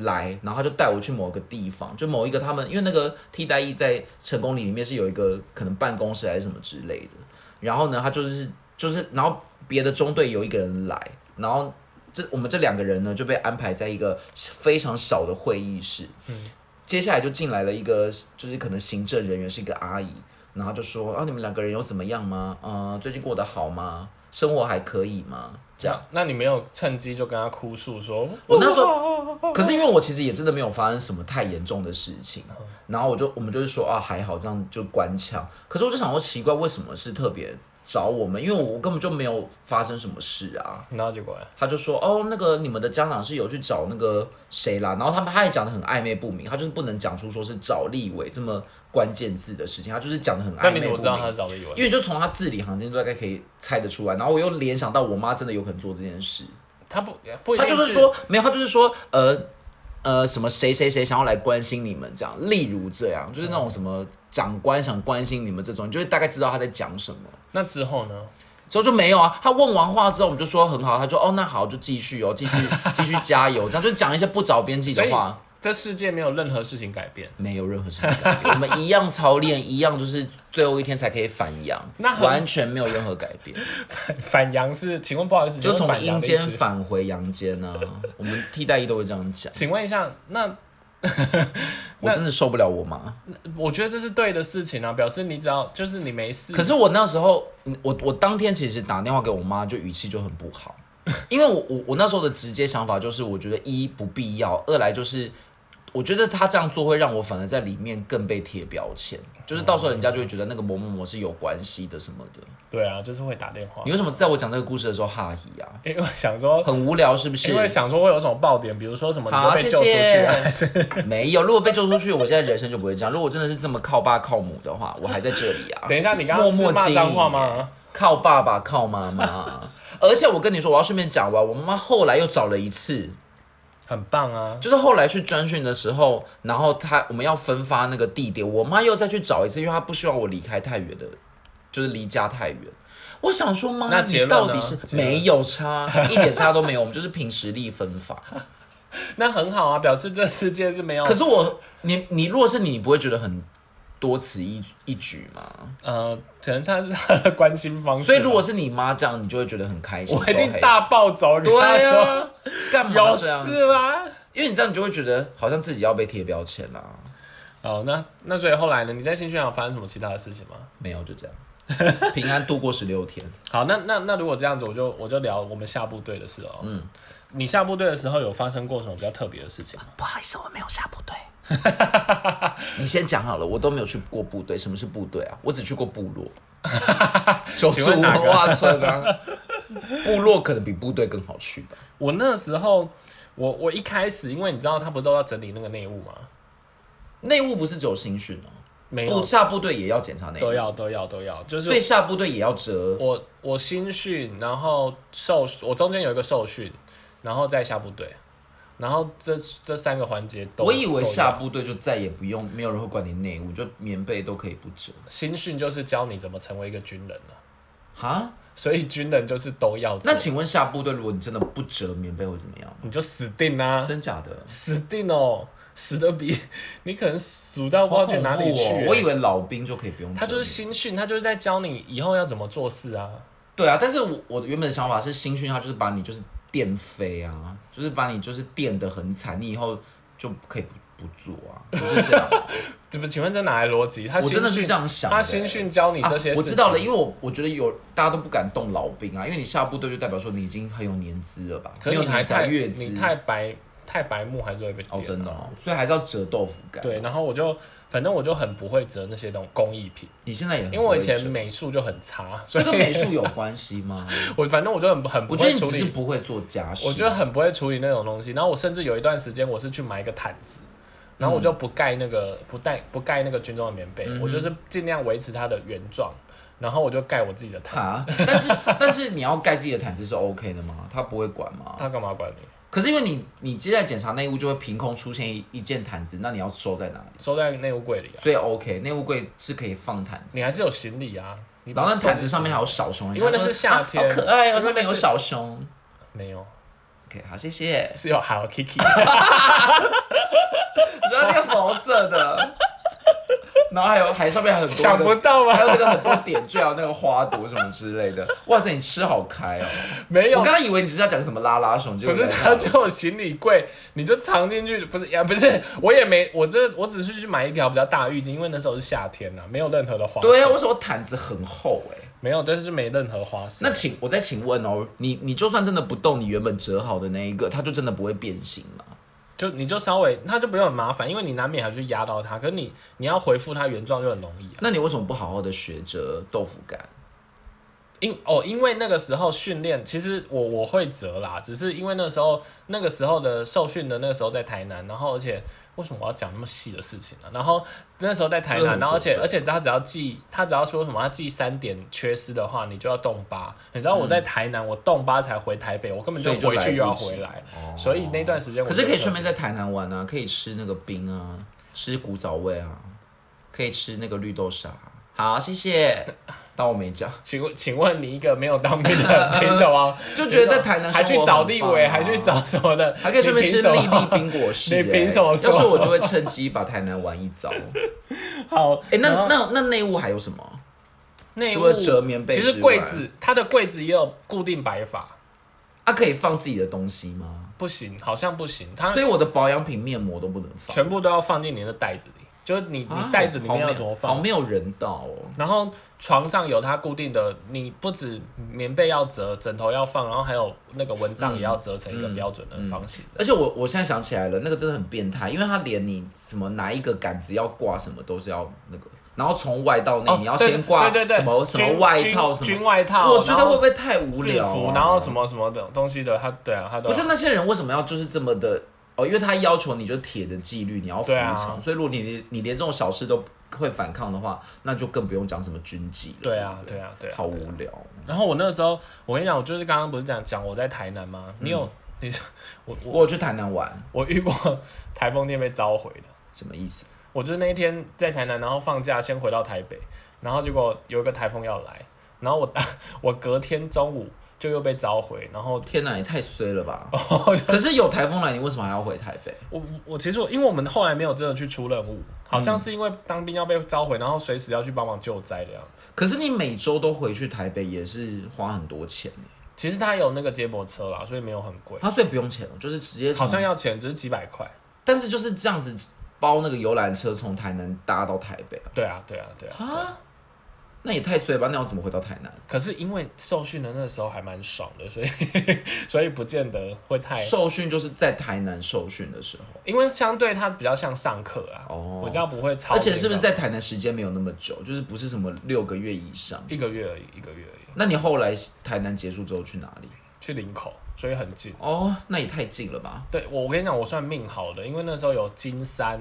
[SPEAKER 2] 来，然后他就带我去某个地方，就某一个他们，因为那个替代役在成功里里面是有一个可能办公室还是什么之类的。然后呢，他就是就是，然后别的中队有一个人来，然后这我们这两个人呢就被安排在一个非常小的会议室。接下来就进来了一个，就是可能行呃政人员是一个阿姨，然后就说啊，你们两个人有怎么样吗？嗯、最近过得好吗？生活还可以吗？这样。
[SPEAKER 1] 那你没有趁机就跟他哭诉说，
[SPEAKER 2] 啊
[SPEAKER 1] 哦
[SPEAKER 2] 我那时候，可是因为我其实也真的没有发生什么太严重的事情，然后我就我们就是说啊还好这样就关腔，可是我就想说奇怪为什么是特别找我们，因为我根本就没有发生什么事啊。
[SPEAKER 1] 然后结果嘞
[SPEAKER 2] 他就说哦，那个你们的家长是有去找那个谁啦，然后他们他也讲的很暧昧不明，他就是不能讲出说是找立委这么关键字的事情，他就是讲的很
[SPEAKER 1] 那
[SPEAKER 2] 暧
[SPEAKER 1] 你
[SPEAKER 2] 昧
[SPEAKER 1] 怎
[SPEAKER 2] 不
[SPEAKER 1] 么知道他
[SPEAKER 2] 明
[SPEAKER 1] 是。找的以为？
[SPEAKER 2] 因为就从他字里行间就大概可以猜得出来，然后我又联想到我妈真的有可能做这件事，
[SPEAKER 1] 他不不一
[SPEAKER 2] 他
[SPEAKER 1] 定，
[SPEAKER 2] 就是说没有，他就是说呃呃什么谁谁谁想要来关心你们这样，例如这样，就是那种什么长官想关心你们这种，你就会大概知道他在讲什么。
[SPEAKER 1] 那之后呢？
[SPEAKER 2] 之后就没有啊。他问完话之后，我们就说很好，他说哦那好，就继续哦，继续继续加油，这样就讲一些不着边际
[SPEAKER 1] 所
[SPEAKER 2] 的
[SPEAKER 1] 以
[SPEAKER 2] 话。
[SPEAKER 1] 这世界没有任何事情改变。
[SPEAKER 2] 没有任何事情改变，我们一样操练，一样就是最后一天才可以反阳，
[SPEAKER 1] 那很
[SPEAKER 2] 完全没有任何改变，
[SPEAKER 1] 反阳是，请问不好意思，
[SPEAKER 2] 就
[SPEAKER 1] 请问
[SPEAKER 2] 从
[SPEAKER 1] 反阳
[SPEAKER 2] 阴
[SPEAKER 1] 的
[SPEAKER 2] 间
[SPEAKER 1] 意思。
[SPEAKER 2] 返回阳间啊。我们替代役都会这样讲，
[SPEAKER 1] 请问一下，那
[SPEAKER 2] 我真的受不了我妈。
[SPEAKER 1] 我觉得这是对的事情啊，表示你只要就是你没事。
[SPEAKER 2] 可是我那时候，嗯我我当天其实打电话给我妈，就语气就很不好，因为我我我那时候的直接想法就是，我觉得一不必要，二来就是我觉得他这样做会让我反而在里面更被贴标签，就是到时候人家就会觉得那个某某某是有关系的什么的。
[SPEAKER 1] 对啊，就是会打电话
[SPEAKER 2] 你，为什么在我讲这个故事的时候哈hi 啊？
[SPEAKER 1] 因为想说，
[SPEAKER 2] 很无聊是不是
[SPEAKER 1] 因？为想说会有什么爆点，比如说什么你
[SPEAKER 2] 好
[SPEAKER 1] 就被救出去啊，
[SPEAKER 2] 谢谢
[SPEAKER 1] 还是
[SPEAKER 2] 没有，如果被救出去，我现在人生就不会这样。如果真的是这么靠爸靠母的话，我还在这里啊。
[SPEAKER 1] 等一下你刚
[SPEAKER 2] 默
[SPEAKER 1] 刚是
[SPEAKER 2] 默
[SPEAKER 1] 骂
[SPEAKER 2] 经
[SPEAKER 1] 脏话
[SPEAKER 2] 营
[SPEAKER 1] 吗？
[SPEAKER 2] 靠爸爸，靠妈妈。而且我跟你说，我要顺便讲完，我妈妈后来又找了一次，
[SPEAKER 1] 很棒啊，
[SPEAKER 2] 就是后来去专训的时候，然后她我们要分发那个地点，我妈又再去找一次，因为她不希望我离开太远的，就是离家太远。我想说，妈，
[SPEAKER 1] 那结
[SPEAKER 2] 你
[SPEAKER 1] 论呢
[SPEAKER 2] 到底是
[SPEAKER 1] 结论
[SPEAKER 2] 没有差，一点差都没有，我们就是凭实力分发。
[SPEAKER 1] 那很好啊，表示这世界是没有
[SPEAKER 2] 可是我，你你若是你，你不会觉得很多此一一举吗？
[SPEAKER 1] 呃，可能他是他的关心方式吧。
[SPEAKER 2] 所以如果是你妈这样，你就会觉得很开心。
[SPEAKER 1] 我一定
[SPEAKER 2] 说嘿
[SPEAKER 1] 大暴走，你跟
[SPEAKER 2] 对
[SPEAKER 1] 他说
[SPEAKER 2] 啊，干嘛
[SPEAKER 1] 有
[SPEAKER 2] 这样子？
[SPEAKER 1] 事啦。
[SPEAKER 2] 因为你这样，你就会觉得好像自己要被贴标签啊啦、
[SPEAKER 1] 哦，那那所以后来呢？你在新训还有发生什么其他的事情吗？
[SPEAKER 2] 没有，就这样，平安度过十六天。
[SPEAKER 1] 好，那那那如果这样子，我就我就聊我们下部队的事哦。嗯，你下部队的时候有发生过什么比较特别的事情吗？
[SPEAKER 2] 不好意思，我没有下部队。 你先讲好了，我都没有去过部队。什么是部队啊？我只去过部落， 九族
[SPEAKER 1] 请问
[SPEAKER 2] 文
[SPEAKER 1] 哪个
[SPEAKER 2] 化村啊。部落可能比部队更好去吧。
[SPEAKER 1] 我那时候，我我一开始，因为你知道他不都要整理那个内务吗？
[SPEAKER 2] 内务不是只有新训哦，
[SPEAKER 1] 没有
[SPEAKER 2] 部，下部队也要检查内
[SPEAKER 1] 都
[SPEAKER 2] 务，
[SPEAKER 1] 要都要都要，就
[SPEAKER 2] 所以
[SPEAKER 1] 是
[SPEAKER 2] 下部队也要折。
[SPEAKER 1] 我我新训，然后受我中间有一个受训，然后再下部队，然后这这三个环节都
[SPEAKER 2] 我以为
[SPEAKER 1] 都要
[SPEAKER 2] 下部队就再也不用，没有人会管你内务，就棉被都可以不折。
[SPEAKER 1] 新训就是教你怎么成为一个军人了、
[SPEAKER 2] 哈，
[SPEAKER 1] 所以军人就是都要做
[SPEAKER 2] 那请问下部队，如果你真的不折棉被会怎么样吗？
[SPEAKER 1] 你就死定啦、
[SPEAKER 2] 真假的？
[SPEAKER 1] 死定哦，死的比你可能数到不知道去哪里去、啊欸
[SPEAKER 2] 好恐怖哦我以为老兵就可以不用折棉被。
[SPEAKER 1] 他就是新训，他就是在教你以后要怎么做事啊。
[SPEAKER 2] 对啊，但是我我原本的想法是新训，他就是把你就是电飞啊，就是把你就是电的很惨，你以后就可以不不做啊，不是 这样。
[SPEAKER 1] 怎么？请问这哪来逻辑？他
[SPEAKER 2] 我
[SPEAKER 1] 新
[SPEAKER 2] 真的是
[SPEAKER 1] 训
[SPEAKER 2] 这样想的欸
[SPEAKER 1] 他新训教你这些事情、
[SPEAKER 2] 啊我知道了，因为我我觉得有大家都不敢动老兵啊，因为你下部队就代表说你已经很有年资了吧，
[SPEAKER 1] 可
[SPEAKER 2] 没
[SPEAKER 1] 是
[SPEAKER 2] 有
[SPEAKER 1] 你还
[SPEAKER 2] 年
[SPEAKER 1] 太
[SPEAKER 2] 才月资
[SPEAKER 1] 你太白太白目，还是会被啊
[SPEAKER 2] 哦，
[SPEAKER 1] 点
[SPEAKER 2] 真的哦，所以还是要折豆腐干。
[SPEAKER 1] 对，，然后我就反正我就很不会折那些东工艺品，
[SPEAKER 2] 你现在也很
[SPEAKER 1] 因为我以前
[SPEAKER 2] 不会折
[SPEAKER 1] 美术就很差， 所
[SPEAKER 2] 这
[SPEAKER 1] 以
[SPEAKER 2] 个美术有关系吗？
[SPEAKER 1] 我反正我就很很
[SPEAKER 2] 我
[SPEAKER 1] 不
[SPEAKER 2] 觉得
[SPEAKER 1] 会
[SPEAKER 2] 你
[SPEAKER 1] 处
[SPEAKER 2] 只
[SPEAKER 1] 理
[SPEAKER 2] 是不会做家事。
[SPEAKER 1] 我觉得很不会处理那种东西。然后我甚至有一段时间，我是去买一个毯子，然后我就不盖那个不带不盖那个军装的棉
[SPEAKER 2] 嗯
[SPEAKER 1] 被，我就是尽量维持它的原状，然后我就盖我自己的毯子。
[SPEAKER 2] 哈， 但是但是你要盖自己的毯子是 OK 的吗？他不会管吗？
[SPEAKER 1] 他干嘛管你？
[SPEAKER 2] 可是因为你你接下来检查内务就会凭空出现一一件毯子，那你要收在哪里？
[SPEAKER 1] 收在内务柜里啊，
[SPEAKER 2] 所以 OK，内务柜是可以放毯子，
[SPEAKER 1] 你还是有行李啊。你把
[SPEAKER 2] 然后那
[SPEAKER 1] 收进
[SPEAKER 2] 毯子上面还有小熊，
[SPEAKER 1] 因为那是夏天
[SPEAKER 2] 啊好可爱
[SPEAKER 1] 因
[SPEAKER 2] 哦、
[SPEAKER 1] 为那是
[SPEAKER 2] 上面有小熊。
[SPEAKER 1] 没有，
[SPEAKER 2] OK，好，谢谢。
[SPEAKER 1] 是有 Hello Kitty。
[SPEAKER 2] 主要那个粉红色的。 然后还有还上面还有很 多
[SPEAKER 1] 想
[SPEAKER 2] 那
[SPEAKER 1] 不
[SPEAKER 2] 个
[SPEAKER 1] 到吧
[SPEAKER 2] 还有那个很多点缀，还有啊那个花朵什么之类的。哇塞，你吃好开哦！
[SPEAKER 1] 没有
[SPEAKER 2] 我刚刚以为你只是要讲什么拉拉手，结
[SPEAKER 1] 可
[SPEAKER 2] 果
[SPEAKER 1] 是
[SPEAKER 2] 你在
[SPEAKER 1] 他
[SPEAKER 2] 讲
[SPEAKER 1] 叫我行李柜，你就藏进去，不是呀？不是，我也没，我这我只是去买一条比较大的浴巾，因为那时候是夏天呐、没有任何的花。
[SPEAKER 2] 对啊，为，什么毯子很厚哎、
[SPEAKER 1] 没有，但是就没任何花色。
[SPEAKER 2] 那请我再请问哦，你你就算真的不动你原本折好的那一个，它就真的不会变形吗？
[SPEAKER 1] 就你就稍微，它就不用很麻烦，因为你难免还去压到它，可是你你要回复它原状就很容易啊。
[SPEAKER 2] 那你为什么不好好的学折豆腐干？
[SPEAKER 1] 因哦，因为那个时候训练，其实我我会折啦，只是因为那时候那个时候的受训的那个时候在台南，然后而且为什么我要讲那么细的事情啊呢、然后那时候在台
[SPEAKER 2] 真的
[SPEAKER 1] 南，
[SPEAKER 2] 很
[SPEAKER 1] 然后而且
[SPEAKER 2] 复杂
[SPEAKER 1] 而且他只要记，他只要说什么他记三点缺失的话，你就要动八。你知道我在台南，我动八才回台北，我根本就
[SPEAKER 2] 所以就
[SPEAKER 1] 回
[SPEAKER 2] 来
[SPEAKER 1] 去
[SPEAKER 2] 不
[SPEAKER 1] 又要
[SPEAKER 2] 及哦
[SPEAKER 1] 回来，所以那段时间我
[SPEAKER 2] 可是可以
[SPEAKER 1] 就
[SPEAKER 2] 顺便在台南玩啊，可以吃那个冰啊，吃古早味啊，可以吃那个绿豆沙。啊好，谢谢。当我没讲，
[SPEAKER 1] 请问，请问你一个没有当兵 的，凭什么？
[SPEAKER 2] 就觉得在台南
[SPEAKER 1] 还去
[SPEAKER 2] 生活很
[SPEAKER 1] 找立
[SPEAKER 2] 棒
[SPEAKER 1] 委，
[SPEAKER 2] 啊
[SPEAKER 1] 还去找什么的？
[SPEAKER 2] 还可以顺便吃
[SPEAKER 1] 你凭
[SPEAKER 2] 粒
[SPEAKER 1] 什么
[SPEAKER 2] 粒冰果室、欸。
[SPEAKER 1] 你凭什么说
[SPEAKER 2] 要是我就会趁机把台南玩一遭。哎、
[SPEAKER 1] 好，哎
[SPEAKER 2] 那那那内务还有什么？
[SPEAKER 1] 内务
[SPEAKER 2] 除了折棉被
[SPEAKER 1] 其
[SPEAKER 2] 之
[SPEAKER 1] 实
[SPEAKER 2] 外
[SPEAKER 1] 柜子它的柜子也有固定摆法，
[SPEAKER 2] 啊，可以放自己的东西吗？
[SPEAKER 1] 不行，好像不行，它
[SPEAKER 2] 所以我的保养品、面膜都不能放。
[SPEAKER 1] 全部都要放进你的袋子里，就是你
[SPEAKER 2] 啊
[SPEAKER 1] 你袋子里面
[SPEAKER 2] 好
[SPEAKER 1] 要
[SPEAKER 2] 没
[SPEAKER 1] 怎么
[SPEAKER 2] 好
[SPEAKER 1] 放？
[SPEAKER 2] 没有人道哦。
[SPEAKER 1] 然后床上有它固定的，你不止棉被要折，枕头要放，然后还有那个蚊帐也
[SPEAKER 2] 嗯
[SPEAKER 1] 要折成一个标准的方形的。
[SPEAKER 2] 而且我我现在想起来了，那个真的很变态，因为他连你什么哪一个杆子要挂什么都是要那个，然后从外到内、
[SPEAKER 1] 哦
[SPEAKER 2] 你要先挂
[SPEAKER 1] 对对对
[SPEAKER 2] 什么什么外套
[SPEAKER 1] 军
[SPEAKER 2] 什
[SPEAKER 1] 军
[SPEAKER 2] 么，
[SPEAKER 1] 外套，
[SPEAKER 2] 我觉
[SPEAKER 1] 然
[SPEAKER 2] 得
[SPEAKER 1] 后
[SPEAKER 2] 会不会太无
[SPEAKER 1] 制
[SPEAKER 2] 聊、啊
[SPEAKER 1] 服，然后什？么什么的东西的，他对啊，他都
[SPEAKER 2] 不是那些人为什么要就是这么的？哦，因为他要求你就铁的纪律，你要服
[SPEAKER 1] 对
[SPEAKER 2] 从，
[SPEAKER 1] 啊
[SPEAKER 2] 所以如果你连你连这种小事都会反抗的话，那就更不用讲什么军纪了。
[SPEAKER 1] 对啊，对啊，对啊
[SPEAKER 2] 好。无聊。
[SPEAKER 1] 然后我那时候，我跟你讲，我就是刚刚不是讲讲我在台南吗？你有你 我我
[SPEAKER 2] 我有去台南玩，
[SPEAKER 1] 我遇过台风天被召回的。
[SPEAKER 2] 什么意思？
[SPEAKER 1] 我就是那一天在台南，然后放假先回到台北，然后结果有一个台风要来，然后我 我隔天中午就又被召回，然后
[SPEAKER 2] 天哪，也太衰了吧！可是有台风来，你为什么还要回台北？
[SPEAKER 1] 我我其实我因为我们后来没有真的去出任务，好像是因为当兵要被召回，然后随时要去帮忙救灾的样子。
[SPEAKER 2] 可是你每周都回去台北也是花很多钱欸耶
[SPEAKER 1] 其实他有那个接驳车啦，所以没有很贵，
[SPEAKER 2] 他所以不用钱了，哦就是直接从
[SPEAKER 1] 好像，要钱，只是几百块。
[SPEAKER 2] 但是就是这样子包那个游览车从台南搭到台北啊，
[SPEAKER 1] 对啊，对啊，对啊。
[SPEAKER 2] 啊，那也太衰吧？那要怎么回到台南？
[SPEAKER 1] 可是因为受训的那时候还蛮爽的，所以 所以不见得会太，
[SPEAKER 2] 受训就是在台南受训的时候，
[SPEAKER 1] 因为相对它比较像上课啊，
[SPEAKER 2] 哦
[SPEAKER 1] 比较不会超。
[SPEAKER 2] 而且是不是在台南时间没有那么久，就是不是什么六个月以上？
[SPEAKER 1] 一个月而已，一个月而已，
[SPEAKER 2] 那你后来台南结束之后去哪里？
[SPEAKER 1] 去林口，所以很近。
[SPEAKER 2] 哦，那也太近了吧？
[SPEAKER 1] 对我，我跟你讲，我算命好的，因为那时候有金山、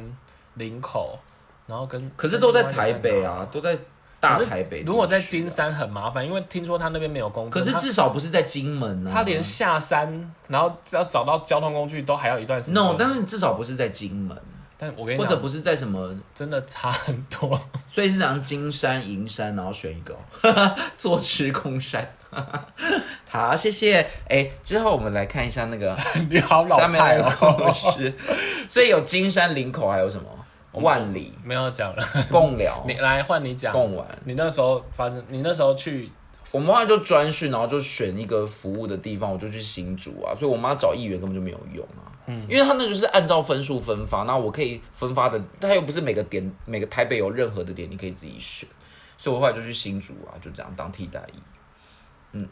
[SPEAKER 1] 林口，然后跟
[SPEAKER 2] 可是都在
[SPEAKER 1] 跟另外
[SPEAKER 2] 台
[SPEAKER 1] 一个在
[SPEAKER 2] 北
[SPEAKER 1] 哪
[SPEAKER 2] 啊，都在大台北地区啊。
[SPEAKER 1] 如果在金山很麻烦，因为听说他那边没有公车，
[SPEAKER 2] 可是
[SPEAKER 1] 他
[SPEAKER 2] 至少不是在金门啊。
[SPEAKER 1] 他连下山，然后只要找到交通工具都还要一段时间。
[SPEAKER 2] no，但是你至少不是在金门，
[SPEAKER 1] 但我跟你
[SPEAKER 2] 或者
[SPEAKER 1] 讲，
[SPEAKER 2] 不是在什么，
[SPEAKER 1] 真的差很多。
[SPEAKER 2] 所以是讲金山、银山，然后选一个、哦， 坐吃空山。 好，谢谢。哎、之后我们来看一下那个
[SPEAKER 1] 你好老
[SPEAKER 2] 下面
[SPEAKER 1] 派
[SPEAKER 2] 那
[SPEAKER 1] 哦、
[SPEAKER 2] 个故事。所以有金山、林口，还有什么万里、
[SPEAKER 1] 没有讲了，
[SPEAKER 2] 贡寮、
[SPEAKER 1] 你来换你讲。
[SPEAKER 2] 贡丸。
[SPEAKER 1] 你那时候发生，你那时候去
[SPEAKER 2] 我妈就专训，然后就选一个服务的地方，我就去新竹啊，所以我妈找议员根本就没有用啊，因为她那就是按照分数分发，那我可以分发的，她又不是每个点每个台北有任何的点你可以自己选，所以我后来就去新竹啊，就这样当替代役，嗯，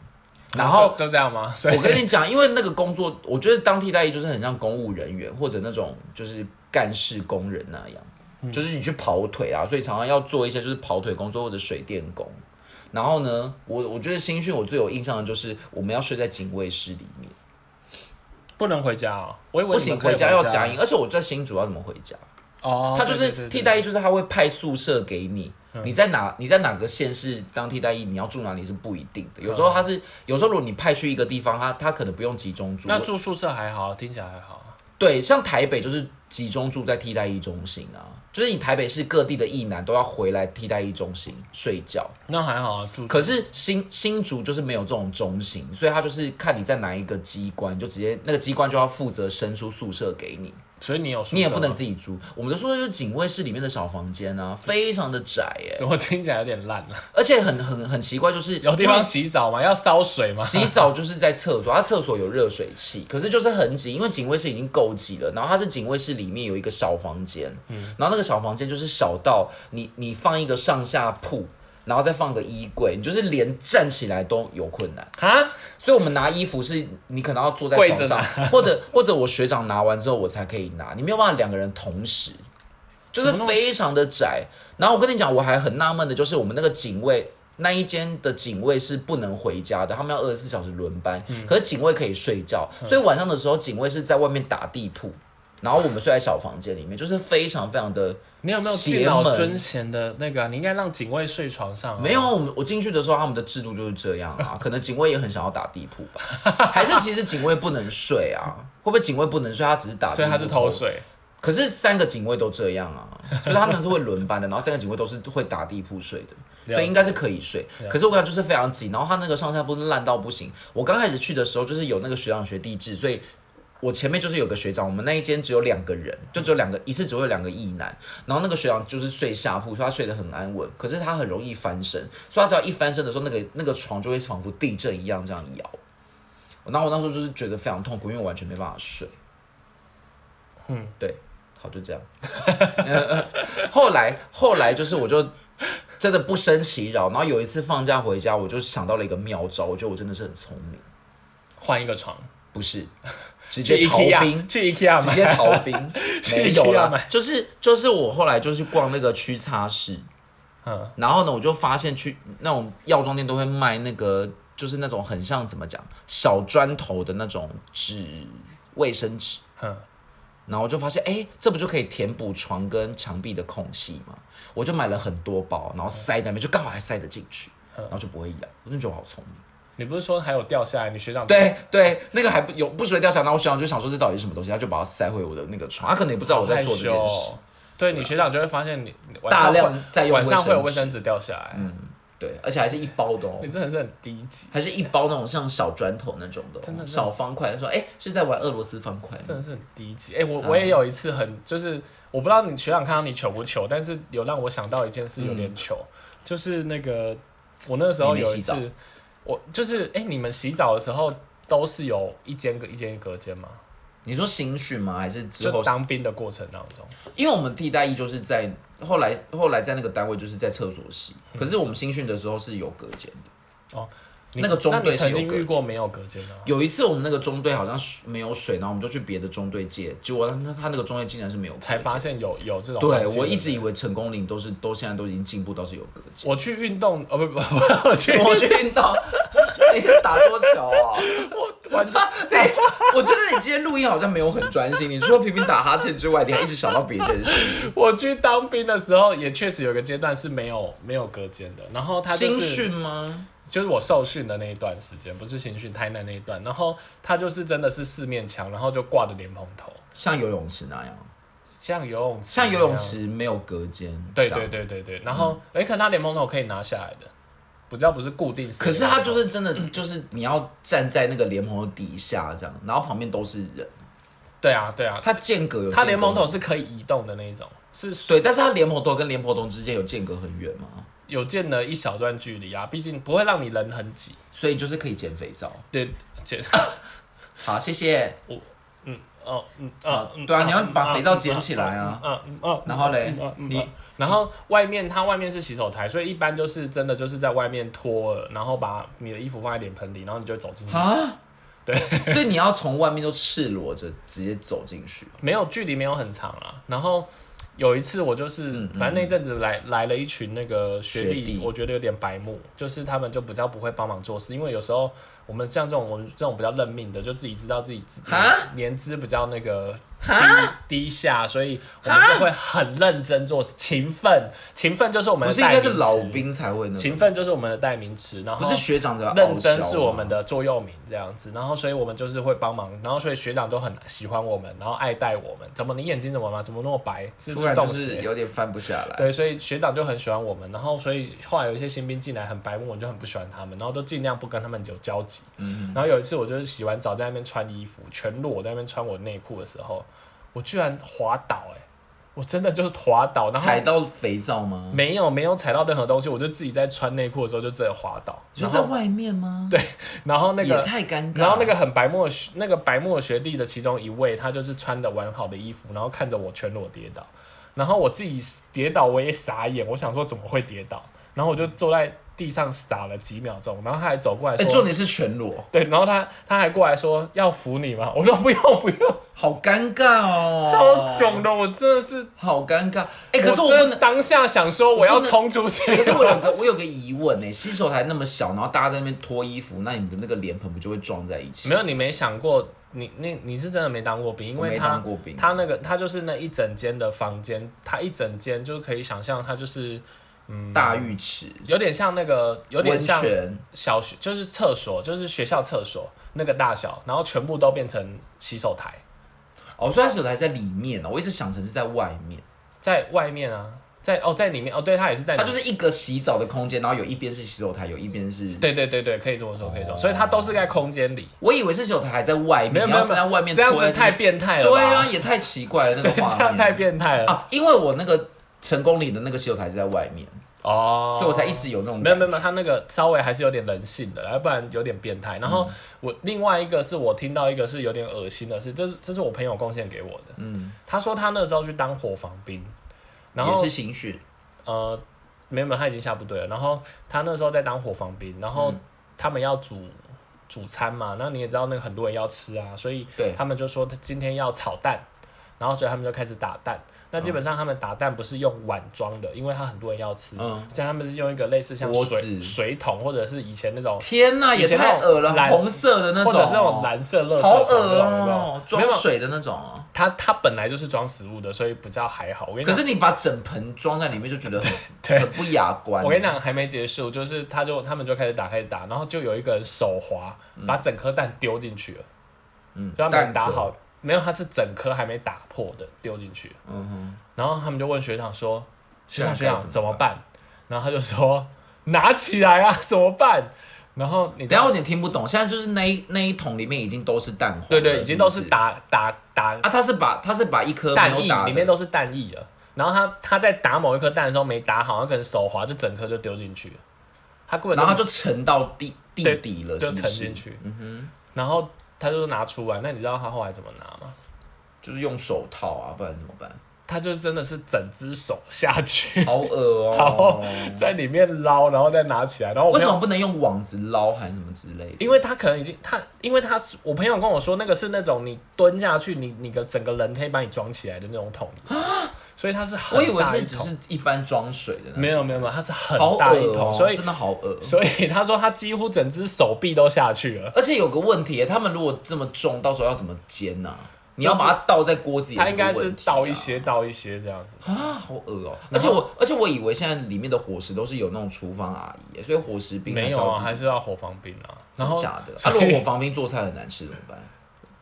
[SPEAKER 2] 然后
[SPEAKER 1] 就就这样吗？所以
[SPEAKER 2] 我跟你讲，因为那个工作，我觉得当替代役就是很像公务人员或者那种就是干事工人那
[SPEAKER 1] 嗯
[SPEAKER 2] 样，就是你去跑腿啊，所以常常要做一些就是跑腿工作或者水电工。然后呢，我我觉得新训我最有印象的就是我们要睡在警卫室里面，
[SPEAKER 1] 不能回家哦、我以为
[SPEAKER 2] 不
[SPEAKER 1] 你
[SPEAKER 2] 行
[SPEAKER 1] 们可以
[SPEAKER 2] 回
[SPEAKER 1] 回
[SPEAKER 2] 家要加营，而且我在新竹要怎么回家？
[SPEAKER 1] 哦，
[SPEAKER 2] 他就
[SPEAKER 1] 对嗯
[SPEAKER 2] 是替代，役，就是他会派宿舍给你。你在哪？你在哪个县市当替代役？你要住哪里是不一定的。有时
[SPEAKER 1] 嗯
[SPEAKER 2] 候他是，有时候如果你派去一个地方，他他可能不用集中住。
[SPEAKER 1] 对对对那住宿舍还好，听起来还好。
[SPEAKER 2] 对，像台北就是集中住在替代役中心啊，就是你台北市各地的役男都要回来替代役中心睡觉。
[SPEAKER 1] 那还好啊，住
[SPEAKER 2] 可是新新竹就是没有这种中心，所以他就是看你在哪一个机关，就直接那个机关就要负责伸出宿舍给你。
[SPEAKER 1] 所以你有宿舍
[SPEAKER 2] 你也不能
[SPEAKER 1] 吗
[SPEAKER 2] 自己租。我们的宿舍就是警卫室里面的小房间啊，非常的窄耶、
[SPEAKER 1] 怎么听起来有点烂了？啊
[SPEAKER 2] 而且很很很奇怪，就是
[SPEAKER 1] 有地方洗澡吗？要烧水吗？
[SPEAKER 2] 洗澡就是在厕所，它厕所有热水器，可是就是很挤，因为警卫室已经够挤了。然后它是警卫室里面有一个小房间，然后那个小房间就是小到你你放一个上下铺，然后再放个衣柜，你就是连站起来都有困难。
[SPEAKER 1] 啊，
[SPEAKER 2] 所以我们拿衣服是你可能要坐在
[SPEAKER 1] 跪
[SPEAKER 2] 床
[SPEAKER 1] 着
[SPEAKER 2] 上
[SPEAKER 1] 拿，
[SPEAKER 2] 或者或者我学长拿完之后我才可以拿，你没有办法两个人同时，就是
[SPEAKER 1] 怎么那么
[SPEAKER 2] 非常的窄。然后我跟你讲，我还很纳闷的就是我们那个警卫。那一间的警卫是不能回家的，他们要二十四小时轮班。
[SPEAKER 1] 嗯
[SPEAKER 2] 可是警卫可以睡觉，所以晚上的时候警卫是在外面打地铺，然后我们睡在小房间里面，就是非常非常的
[SPEAKER 1] 你有没有
[SPEAKER 2] 邪
[SPEAKER 1] 敬老
[SPEAKER 2] 门
[SPEAKER 1] 尊贤的那个啊、你应该让警卫睡床上、啊。
[SPEAKER 2] 没有啊，我们我进去的时候，他们的制度就是这 样啊。可能警卫也很想要打地铺吧，还是其实警卫不能睡啊？会不会警卫不能睡，他只是打地铺？
[SPEAKER 1] 所以他是偷。水。
[SPEAKER 2] 可是三个警卫都这样啊， 就是他们是会轮班的，然后三个警卫都是会打地铺睡的，所以应该是可以睡。可是我感觉就是非常挤，然后他那个上下铺是烂到不行。我刚开始去的时候，就是有那个学长学弟制，所以我前面就是有个学长，我们那一间只有两个人，就只有两个，一次只会有两个异男。然后那个学长就是睡下铺，所以他睡得很安稳，可是他很容易翻身，所以他只要一翻身的时候，那个那个床就会仿佛地震一样这样摇。然后我那时候就是觉得非常痛苦，因为我完全没办法睡。嗯，对，好，就这样。 后来后来就是我就真的不生其扰，然后有一次放假回家，我就想到了一个妙招，我觉得我真的是很聪明，
[SPEAKER 1] 换一个床，
[SPEAKER 2] 不是直
[SPEAKER 1] 去
[SPEAKER 2] 接逃
[SPEAKER 1] IKEA，
[SPEAKER 2] 兵。
[SPEAKER 1] 去 IKEA
[SPEAKER 2] 直接
[SPEAKER 1] 买。
[SPEAKER 2] 逃 兵，没有
[SPEAKER 1] IKEA
[SPEAKER 2] 啦
[SPEAKER 1] 买，
[SPEAKER 2] 就是就是我后来就去逛那个区叉市，
[SPEAKER 1] 嗯，
[SPEAKER 2] 然后呢，我就发现去那种药妆店都会卖那个，就是那种很像怎么讲小砖头的那种纸卫生纸，
[SPEAKER 1] 嗯，
[SPEAKER 2] 然后我就发现，哎，这不就可以填补床跟墙壁的空隙吗？我就买了很多包，然后塞在那边，就刚好还塞得进去，
[SPEAKER 1] 嗯
[SPEAKER 2] 然后就不会痒。我真的觉得我好聪明。
[SPEAKER 1] 你不是说还有掉下来？你学长
[SPEAKER 2] 对对，那个还不有不水掉下来，然后我学长就想说这到底是什么东西，他就把它塞回我的那个床，他可能也不知道我在做这件事。啊
[SPEAKER 1] 哦。对你学长就会发现你晚
[SPEAKER 2] 大
[SPEAKER 1] 上
[SPEAKER 2] 量
[SPEAKER 1] 会
[SPEAKER 2] 在用
[SPEAKER 1] 晚上会有
[SPEAKER 2] 卫
[SPEAKER 1] 卫
[SPEAKER 2] 生
[SPEAKER 1] 生纸掉下来，嗯，
[SPEAKER 2] 对，而且还是一包的哦
[SPEAKER 1] 你，真的是很低级，
[SPEAKER 2] 还是一包那种像小砖头那种的哦、
[SPEAKER 1] 真的是
[SPEAKER 2] 小方块。说哎，是在玩俄罗斯方块吗
[SPEAKER 1] 真的是很低级。哎、我
[SPEAKER 2] 嗯
[SPEAKER 1] 我也有一次很就是，我不知道你学长看到你糗不糗，但是有让我想到一件事，有点糗，就是那个我那时候
[SPEAKER 2] 嗯你没
[SPEAKER 1] 有一
[SPEAKER 2] 洗澡
[SPEAKER 1] 次，我就是哎、你们洗澡的时候都是有一间隔一间隔间吗？
[SPEAKER 2] 你说新训吗？还是之
[SPEAKER 1] 就
[SPEAKER 2] 后？
[SPEAKER 1] 当兵的过程当中，
[SPEAKER 2] 因为我们替代役就是在后来后来在那个单位就是在厕所洗，
[SPEAKER 1] 嗯
[SPEAKER 2] 可是我们新训的时候是有隔间的。
[SPEAKER 1] 哦你
[SPEAKER 2] 那个中
[SPEAKER 1] 那
[SPEAKER 2] 队
[SPEAKER 1] 你
[SPEAKER 2] 是
[SPEAKER 1] 曾
[SPEAKER 2] 有
[SPEAKER 1] 经
[SPEAKER 2] 隔
[SPEAKER 1] 遇
[SPEAKER 2] 间
[SPEAKER 1] 过没有隔间的吗？
[SPEAKER 2] 有一次我们那个中队好像是没有水，然后我们就去别的中队借，结果他他那个中队竟然是没有隔间
[SPEAKER 1] 才发。现有有这种环
[SPEAKER 2] 对
[SPEAKER 1] 境，
[SPEAKER 2] 我一直
[SPEAKER 1] 对
[SPEAKER 2] 以为成功岭都是都现在都已经进步到是有隔间。
[SPEAKER 1] 我去运动，哦不不， 不我去
[SPEAKER 2] 我去运动，你在打多久啊？
[SPEAKER 1] 完蛋，
[SPEAKER 2] 这我觉得你今天录音好像没有很专心，你除了频频打哈欠之外，你还一直想到别件 事。
[SPEAKER 1] 我去当兵的时候，也确实有一个阶段是没有没有隔间的。然后他就是
[SPEAKER 2] 新训吗？
[SPEAKER 1] 就是我受训的那一段时间，不是新训台南那一段。然后他就是真的是四面墙，然后就挂着莲蓬头，
[SPEAKER 2] 像游泳池那样，
[SPEAKER 1] 像游泳池
[SPEAKER 2] 像游
[SPEAKER 1] 那
[SPEAKER 2] 泳
[SPEAKER 1] 样。
[SPEAKER 2] 池没有隔间。
[SPEAKER 1] 对
[SPEAKER 2] 这样嗯
[SPEAKER 1] 对。对对对。然后哎、可能他莲蓬头可以拿下来的，比较不是固定式的
[SPEAKER 2] 可
[SPEAKER 1] 那种。
[SPEAKER 2] 是它就是真的，就是你要站在那个莲蓬头底下这样，然后旁边都是人，
[SPEAKER 1] 对啊对啊，
[SPEAKER 2] 它间隔有
[SPEAKER 1] 他
[SPEAKER 2] 间隔
[SPEAKER 1] 莲蓬头
[SPEAKER 2] 吗
[SPEAKER 1] 是可以移动的那一种，是
[SPEAKER 2] 对，但是它莲蓬头跟莲蓬头之间有间隔很远嘛，
[SPEAKER 1] 有见了一小段距离啊，毕竟不会让你人很挤。
[SPEAKER 2] 所以就是可以减肥皂。
[SPEAKER 1] 对， 减
[SPEAKER 2] 好，谢谢。
[SPEAKER 1] 哦嗯啊嗯，
[SPEAKER 2] 对啊，你要把肥皂捡起来啊。
[SPEAKER 1] 嗯嗯嗯，
[SPEAKER 2] 然后嘞，你
[SPEAKER 1] 然后外面它外面是洗手台，所以一般就是真的就是在外面脱了，然后把你的衣服放在脸盆里，然后你就走进去，
[SPEAKER 2] 啊，对，所以你要从外面就赤裸着直接走 进去。
[SPEAKER 1] 没有距离没有很长啦。然后有一次我就是，反正那阵子来来了一群那个学弟，
[SPEAKER 2] 嗯学弟
[SPEAKER 1] 我觉得有点白目，就是他们就比较不会帮忙做事，因为有时候我们像这种我们这种比较认命的，就自己知道自己自
[SPEAKER 2] 哈
[SPEAKER 1] 年资比较那个低低下，所以我们就会很认真做事，勤奋，勤奋就是我们
[SPEAKER 2] 不
[SPEAKER 1] 的
[SPEAKER 2] 是应该是
[SPEAKER 1] 代名词
[SPEAKER 2] 老兵才会那
[SPEAKER 1] 勤
[SPEAKER 2] 个，
[SPEAKER 1] 奋就是我们的代名词，然后
[SPEAKER 2] 不是学长才会
[SPEAKER 1] 认真
[SPEAKER 2] 傲娇
[SPEAKER 1] 是我
[SPEAKER 2] 吗
[SPEAKER 1] 们的座右铭这样子，然后所以我们就是会帮忙，然后所以学长都很喜欢我们，然后爱戴我们。怎么你眼睛怎么了？怎么那么白？是
[SPEAKER 2] 突
[SPEAKER 1] 不是
[SPEAKER 2] 然就
[SPEAKER 1] 中
[SPEAKER 2] 是
[SPEAKER 1] 邪？
[SPEAKER 2] 有点翻不下来。
[SPEAKER 1] 对，所以学长就很喜欢我们，然后所以后来有一些新兵进来很白目，我就很不喜欢他们，然后都尽量不跟他们有交集。
[SPEAKER 2] 嗯
[SPEAKER 1] 然后有一次我就是洗完澡在那边穿衣服，全裸在那边穿我内裤的时候，我居然滑倒、欸，哎，我真的就是滑倒，然后
[SPEAKER 2] 踩到肥皂吗？
[SPEAKER 1] 没有没有踩到任何东西，我就自己在穿内裤的时候就真的滑倒，
[SPEAKER 2] 就
[SPEAKER 1] 然
[SPEAKER 2] 在
[SPEAKER 1] 后
[SPEAKER 2] 外面吗？
[SPEAKER 1] 对，然后那
[SPEAKER 2] 也
[SPEAKER 1] 个。
[SPEAKER 2] 太尴尬。
[SPEAKER 1] 然后那个很白墨的学那个白墨的学弟的其中一位，他就是穿的完好的衣服，然后看着我全裸跌倒，然后我自己跌倒我也傻眼，我想说怎么会跌倒，然后我就坐在地上傻了几秒钟，然后他还走过来
[SPEAKER 2] 哎、
[SPEAKER 1] 说，
[SPEAKER 2] 重点是全裸，
[SPEAKER 1] 对，然后他他还过来说要扶你吗？我说不用不用，
[SPEAKER 2] 好尴尬哦，
[SPEAKER 1] 超囧的，我真的是，
[SPEAKER 2] 好尴尬。哎、可是我
[SPEAKER 1] 真的
[SPEAKER 2] 不能，
[SPEAKER 1] 当下想说我要冲出去，
[SPEAKER 2] 可是我有个我有个疑问呢、洗手台那么小，然后大家在那边脱衣服，那你的那个脸盆不就会撞在一起？
[SPEAKER 1] 没有，你没想过，你那你是真的没当过兵，因
[SPEAKER 2] 我
[SPEAKER 1] 为
[SPEAKER 2] 没
[SPEAKER 1] 他
[SPEAKER 2] 当过兵
[SPEAKER 1] 他那个他就是那一整间的房间，他一整间就可以想象，他就是
[SPEAKER 2] 大浴池、
[SPEAKER 1] 有点像那个有
[SPEAKER 2] 温
[SPEAKER 1] 点像
[SPEAKER 2] 泉，
[SPEAKER 1] 小学，就是厕所，就是学校厕所那个大小，然后全部都变成洗手台，
[SPEAKER 2] 哦，所以他洗手台在里面哦，我一直想成是在外面，
[SPEAKER 1] 在外面啊，在哦在里面哦，对，他也是在里
[SPEAKER 2] 它
[SPEAKER 1] 面，
[SPEAKER 2] 就是一个洗澡的空间，然后有一边是洗手台，有一边是。
[SPEAKER 1] 对对对对，可以这么说，可以这么说，所以它都是在空间里，
[SPEAKER 2] 我以为是洗手台还在外
[SPEAKER 1] 没
[SPEAKER 2] 面，
[SPEAKER 1] 有
[SPEAKER 2] 哦
[SPEAKER 1] 没
[SPEAKER 2] 你
[SPEAKER 1] 有
[SPEAKER 2] 要是在外面
[SPEAKER 1] 这样
[SPEAKER 2] 脱
[SPEAKER 1] 子太
[SPEAKER 2] 那
[SPEAKER 1] 变态了，
[SPEAKER 2] 对啊，，也太奇怪了那个
[SPEAKER 1] 对，
[SPEAKER 2] 画
[SPEAKER 1] 这样
[SPEAKER 2] 面
[SPEAKER 1] 太变态了
[SPEAKER 2] 啊！因为我那个成功里的那个洗手台是在外面，
[SPEAKER 1] 哦，
[SPEAKER 2] 所以我才一直有那种
[SPEAKER 1] 没有没有
[SPEAKER 2] 感
[SPEAKER 1] 没有，他那个稍微还是有点人性的啦，要不然有点变态。然后
[SPEAKER 2] 嗯
[SPEAKER 1] 我、另外一个是我听到一个是有点恶心的是，这是这是我朋友贡献给我的。嗯，他说他那时候去当伙房兵，然
[SPEAKER 2] 觉也
[SPEAKER 1] 后
[SPEAKER 2] 是刑讯，
[SPEAKER 1] 呃，没有没有，他已经下部队了。然后他那时候在当伙房兵，然
[SPEAKER 2] 嗯
[SPEAKER 1] 后他们要煮煮餐嘛，那你也知道那个很多人要吃啊，所以
[SPEAKER 2] 对
[SPEAKER 1] 他们就说他今天要炒蛋，然后所以他们就开始打蛋。那基本上他们打蛋不是用碗装的，因为他很多人要吃，
[SPEAKER 2] 嗯
[SPEAKER 1] 所以他们是用一个类似像
[SPEAKER 2] 锅子
[SPEAKER 1] 水水桶或者是以前那种，
[SPEAKER 2] 天哪，也
[SPEAKER 1] 以前那
[SPEAKER 2] 太
[SPEAKER 1] 种
[SPEAKER 2] 恶了，
[SPEAKER 1] 蓝
[SPEAKER 2] 红色的那
[SPEAKER 1] 或
[SPEAKER 2] 种，
[SPEAKER 1] 者是那种蓝色垃圾
[SPEAKER 2] 好
[SPEAKER 1] 桶
[SPEAKER 2] 恶
[SPEAKER 1] 那种有没有
[SPEAKER 2] 哦，装
[SPEAKER 1] 没有，
[SPEAKER 2] 水的那种哦。
[SPEAKER 1] 它它本来就是装食物的，所以比较还好。我跟你
[SPEAKER 2] 可
[SPEAKER 1] 讲，
[SPEAKER 2] 是你把整盆装在里面，就觉得很
[SPEAKER 1] 对
[SPEAKER 2] 很不雅观。
[SPEAKER 1] 我跟你，讲，还没结束，就是他就他们就开始打，开始打，然后就有一个人手滑，把整颗蛋丢进去了，
[SPEAKER 2] 嗯
[SPEAKER 1] 就他没有打，
[SPEAKER 2] 蛋
[SPEAKER 1] 好，没有，他是整颗还没打破的丢进去，
[SPEAKER 2] 壳嗯哼，
[SPEAKER 1] 然后他们就问学长说：“学长学
[SPEAKER 2] 学长
[SPEAKER 1] 长
[SPEAKER 2] 该
[SPEAKER 1] 怎
[SPEAKER 2] 怎
[SPEAKER 1] 么
[SPEAKER 2] 么
[SPEAKER 1] 办？”然后他就说：“拿起来啊，怎么办？”然后你知
[SPEAKER 2] 等一下
[SPEAKER 1] 道
[SPEAKER 2] 我有点听不懂，现在就是那一那一桶里面已经都是蛋黄了，
[SPEAKER 1] 对对，已经都是
[SPEAKER 2] 不
[SPEAKER 1] 打打打
[SPEAKER 2] 啊，他是把他是把一颗没
[SPEAKER 1] 蛋
[SPEAKER 2] 有
[SPEAKER 1] 液
[SPEAKER 2] 打的
[SPEAKER 1] 里面都是蛋液了。然后他他在打某一颗蛋的时候没打好，他可能手滑就整颗就丢进去了，他根本
[SPEAKER 2] 然后它
[SPEAKER 1] 就
[SPEAKER 2] 就沉到地地
[SPEAKER 1] 对
[SPEAKER 2] 底了，
[SPEAKER 1] 就是
[SPEAKER 2] 不
[SPEAKER 1] 沉
[SPEAKER 2] 是
[SPEAKER 1] 进去。然后他就拿出来，那你知道他后来怎么拿吗？
[SPEAKER 2] 就是用手套啊，不然怎么办？
[SPEAKER 1] 他就真的是整只手下 去，
[SPEAKER 2] 好 恶
[SPEAKER 1] 然后
[SPEAKER 2] 哦、
[SPEAKER 1] 在里面捞，然后再拿起来。然后我
[SPEAKER 2] 为
[SPEAKER 1] 没
[SPEAKER 2] 什
[SPEAKER 1] 有
[SPEAKER 2] 么不能用网子捞还是什么之类的？
[SPEAKER 1] 因为他可能已经他，因为他是我朋友跟我说，那个是那种你蹲下去，你你的整个人可以把你装起来的那种桶子，所以它是很
[SPEAKER 2] 啊我以为
[SPEAKER 1] 大一
[SPEAKER 2] 是只
[SPEAKER 1] 桶
[SPEAKER 2] 是一般装水的那种，
[SPEAKER 1] 没有没有没有，它是很
[SPEAKER 2] 好
[SPEAKER 1] 大一
[SPEAKER 2] 恶
[SPEAKER 1] 桶，
[SPEAKER 2] 哦、
[SPEAKER 1] 所以
[SPEAKER 2] 真的好恶。
[SPEAKER 1] 所以他说他几乎整只手臂都下去了，
[SPEAKER 2] 而且有个问题耶，他们如果这么重，到时候要怎么煎呐、你
[SPEAKER 1] 就是
[SPEAKER 2] 要把它倒在锅子里、
[SPEAKER 1] 他应该是倒一些倒一些这样子，
[SPEAKER 2] 啊，好恶哦、而且我而且我以为现在里面的伙食都是有那种厨房阿姨耶，所以伙食兵
[SPEAKER 1] 没有啊，还
[SPEAKER 2] 还是
[SPEAKER 1] 是要火防兵啊，然后
[SPEAKER 2] 要自己真假的。
[SPEAKER 1] 所
[SPEAKER 2] 啊，
[SPEAKER 1] 以
[SPEAKER 2] 如果我防兵做菜很难吃怎么办？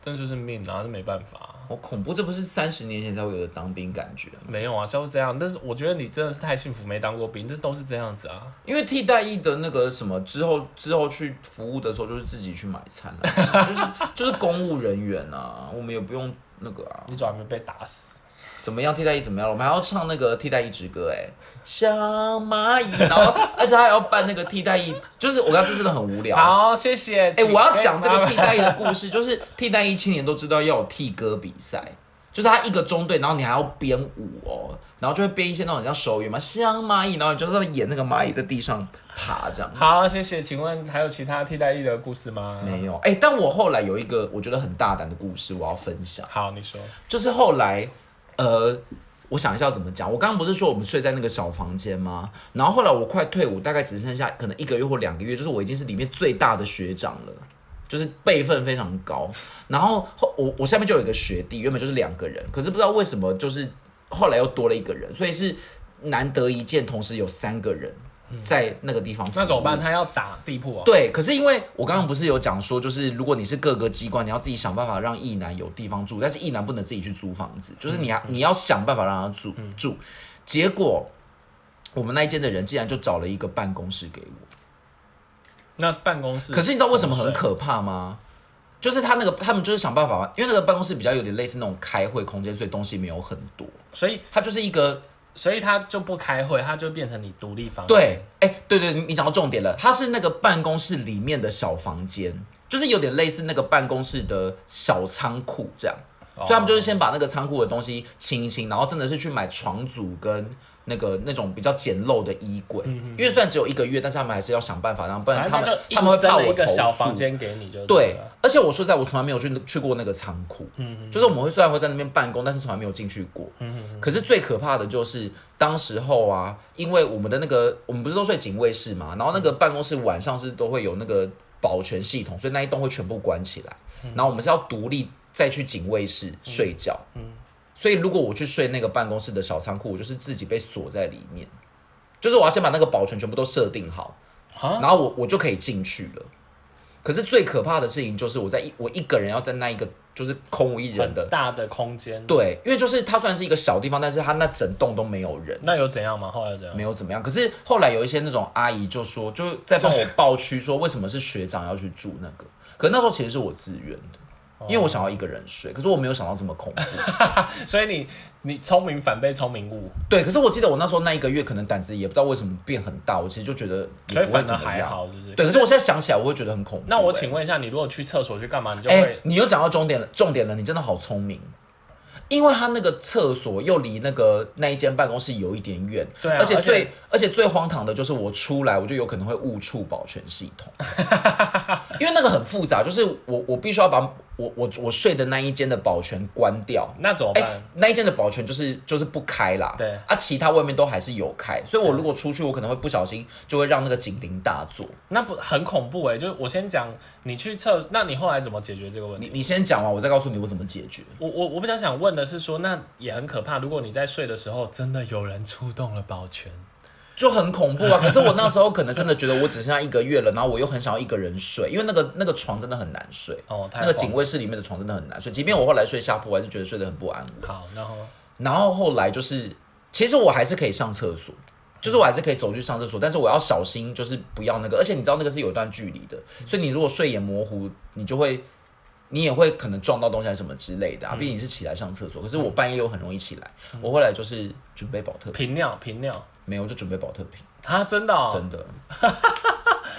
[SPEAKER 1] 这就是命啊，这没办法啊、
[SPEAKER 2] 好恐怖，这不是三十年前才会有的当兵感觉吗？
[SPEAKER 1] 没有啊，就是这样。但是我觉得你真的是太幸福，没当过兵，这都是这样子啊。
[SPEAKER 2] 因为替代役的那个什么之后之后去服务的时候，就是自己去买餐、啊， 就是就是公务人员啊，我们也不用那个啊，
[SPEAKER 1] 你总还没被打死，
[SPEAKER 2] 怎么样替代役怎么样，我们还要唱那个替代役之歌、哎，小蚂蚁，然后 而且还要办那个替代役，就是我刚这真的很无聊。
[SPEAKER 1] 好，谢谢。
[SPEAKER 2] 哎、
[SPEAKER 1] 哎
[SPEAKER 2] 我要讲这个替代役的故事， 就是替代役青年都知道要有替歌比赛，就是他一个中队，然后你还要编舞哦，然后就会编一些那种很像手语嘛，像蚂蚁，然后你就在那演那个蚂蚁在地上爬这样。
[SPEAKER 1] 好，谢谢。请问还有其他替代役的故事吗？
[SPEAKER 2] 没有，哎、但我后来有一个我觉得很大胆的故事，我要分享，
[SPEAKER 1] 好，你说。
[SPEAKER 2] 就是后来，呃，我想一下要怎么讲。我刚刚不是说我们睡在那个小房间吗？然后后来我快退伍，大概只剩下可能一个月或两个月，就是我已经是里面最大的学长了。就是辈分非常高，然后后我我下面就有一个学弟，原本就是两个人，可是不知道为什么就是后来又多了一个人，所以是难得一见，同时有三个人在那个地方服务。
[SPEAKER 1] 嗯那怎么办？他要打地铺啊？
[SPEAKER 2] 对，可是因为我刚刚不是有讲说，就是如果你是各个机关，你要自己想办法让役男有地方住，但是役男不能自己去租房子，就是你要、你要想办法让他住、住。结果我们那一间的人竟然就找了一个办公室给我，
[SPEAKER 1] 那办公室嗯
[SPEAKER 2] 可是你知道为什么
[SPEAKER 1] 怎
[SPEAKER 2] 很
[SPEAKER 1] 睡
[SPEAKER 2] 可怕吗？就是他那个他们就是想办法，因为那个办公室比较有点类似那种开会空间，所以东西没有很多，
[SPEAKER 1] 所以
[SPEAKER 2] 它就是一个
[SPEAKER 1] 所以他就不开会，他就变成你独立房间。
[SPEAKER 2] 对，哎、对对，你你讲到重点了，它是那个办公室里面的小房间，就是有点类似那个办公室的小仓库这样。所
[SPEAKER 1] 哦
[SPEAKER 2] 以他们就是先把那个仓库的东西清一清，然后真的是去买床组跟那个那种比较简陋的衣柜，因为虽然只有一个月，但是他们还是要想办法让，不
[SPEAKER 1] 嗯
[SPEAKER 2] 然
[SPEAKER 1] 反正
[SPEAKER 2] 他们
[SPEAKER 1] 就
[SPEAKER 2] 他们会
[SPEAKER 1] 硬生
[SPEAKER 2] 怕
[SPEAKER 1] 了
[SPEAKER 2] 我
[SPEAKER 1] 一个小
[SPEAKER 2] 投
[SPEAKER 1] 房
[SPEAKER 2] 诉。
[SPEAKER 1] 间给你就
[SPEAKER 2] 对
[SPEAKER 1] 了，
[SPEAKER 2] 而且我说实在，我从来没有去去过那个仓库，就是我们会虽然会在那边办公，但是从来没有进去过。可是最可怕的就是当时候啊，因为我们的那个我们不是都睡警卫室嘛，然后那个办公室晚上是都会有那个保全系统，所以那一栋会全部关起来，然后我们是要独立再去警卫室睡觉。所以如果我去睡那个办公室的小仓库，我就是自己被锁在里面，就是我要先把那个保全全部都设定好，
[SPEAKER 1] 啊
[SPEAKER 2] 然后我我就可以进去了。可是最可怕的事情就是我在一我一个人要在那一个就是空无一人
[SPEAKER 1] 很
[SPEAKER 2] 的，
[SPEAKER 1] 大的空间。
[SPEAKER 2] 对，因为就是它虽然是一个小地方，但是它那整栋都没有人。
[SPEAKER 1] 那有怎样吗？后来有怎样？
[SPEAKER 2] 没有怎么样，可是后来有一些那种阿姨就说，就在帮我报区说为什么是学长要去住那个，可那时候其实是我自愿的，
[SPEAKER 1] 哦
[SPEAKER 2] 因为我想要一个人睡，可是我没有想到这么恐怖。
[SPEAKER 1] 所以你你聪明反被聪明误，
[SPEAKER 2] 对，可是我记得我那时候那一个月可能胆子也不知道为什么变很大，我其实就觉得
[SPEAKER 1] 所
[SPEAKER 2] 也
[SPEAKER 1] 以
[SPEAKER 2] 不会
[SPEAKER 1] 反
[SPEAKER 2] 怎
[SPEAKER 1] 而
[SPEAKER 2] 么
[SPEAKER 1] 还
[SPEAKER 2] 样。
[SPEAKER 1] 好，是不是？
[SPEAKER 2] 对，可是我现在想起来我会觉得很恐怖、
[SPEAKER 1] 那我
[SPEAKER 2] 欸
[SPEAKER 1] 请问一下，你如果去厕所去干嘛，你就
[SPEAKER 2] 哎、
[SPEAKER 1] 会
[SPEAKER 2] 你又讲到重点了，重点了，你真的好聪明。哦因为他那个厕所又离那个那一间办公室有一点远，
[SPEAKER 1] 对啊
[SPEAKER 2] 而且
[SPEAKER 1] 而且
[SPEAKER 2] 最而且最荒唐的就是我出来，我就有可能会误触保全系 统，因为那个很复杂，就是我我必须要把我我我睡的那一间的保全关掉，
[SPEAKER 1] 那怎么
[SPEAKER 2] 哎、
[SPEAKER 1] 办？
[SPEAKER 2] 那一间的保全就是就是不开啦，
[SPEAKER 1] 对啊
[SPEAKER 2] 啊，其他外面都还是有开，所以我如果出去，我可能会不小心就会让那个警铃大作。
[SPEAKER 1] 那不很恐怖哎、就是我先讲，你去厕，那你后来怎么解决这个问
[SPEAKER 2] 你
[SPEAKER 1] 题？
[SPEAKER 2] 你先讲完，我再告诉你我怎么解决。
[SPEAKER 1] 我我我比较想问的是说，那也很可怕。如果你在睡的时候真的有人触动了保全，
[SPEAKER 2] 就很恐怖啊！可是我那时候可能真的觉得我只剩下一个月了，然后我又很想要一个人睡，因为那个那个床真的很难睡，
[SPEAKER 1] 哦，太
[SPEAKER 2] 那个
[SPEAKER 1] 慌
[SPEAKER 2] 警卫室里面的床真的很难睡。即便我后来睡下铺，我还是觉得睡得很不安稳。
[SPEAKER 1] 好，然后
[SPEAKER 2] 然后后来就是，其实我还是可以上厕所，就是我还是可以走去上厕所，但是我要小心，就是不要那个，而且你知道那个是有一段距离的，
[SPEAKER 1] 嗯
[SPEAKER 2] 所以你如果睡眼模糊，你就会。你也会可能撞到东西还是什么之类的
[SPEAKER 1] 嗯
[SPEAKER 2] 啊，毕竟你是起来上厕所，可是我半夜又很容易起来，我后来就是准备保特瓶，
[SPEAKER 1] 平尿平尿
[SPEAKER 2] 没有就准备保特瓶。
[SPEAKER 1] 啊，真的、哦，
[SPEAKER 2] 真的。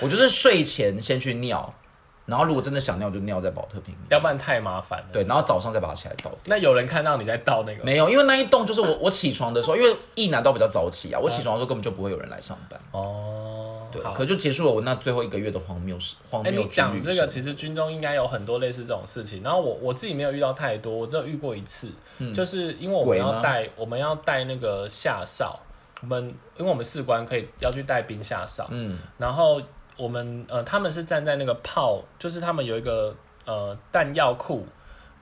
[SPEAKER 2] 我就是睡前先去尿，然后如果真的想尿就尿在保特瓶里，
[SPEAKER 1] 要不然太麻烦了。
[SPEAKER 2] 对，然后早上再把它起来倒。
[SPEAKER 1] 那有人看到你在倒那个吗
[SPEAKER 2] 没有，因为那一栋就是我我起床的时候，因为一男都比较早起啊，我起床的时候根本就不会有人来上班，
[SPEAKER 1] 哦，
[SPEAKER 2] 对
[SPEAKER 1] 好，
[SPEAKER 2] 可就结束了我那最后一个月的荒谬事荒
[SPEAKER 1] 哎、你
[SPEAKER 2] 谬之旅
[SPEAKER 1] 讲这个，
[SPEAKER 2] 程。
[SPEAKER 1] 其实军中应该有很多类似这种事情。然后我我自己没有遇到太多，我只有遇过一次，就是因为我们
[SPEAKER 2] 嗯鬼吗
[SPEAKER 1] 要带我们要带那个下哨，我们因为我们士官可以要去带兵下哨，
[SPEAKER 2] 嗯，
[SPEAKER 1] 然后我们呃他们是站在那个炮，就是他们有一个呃弹药库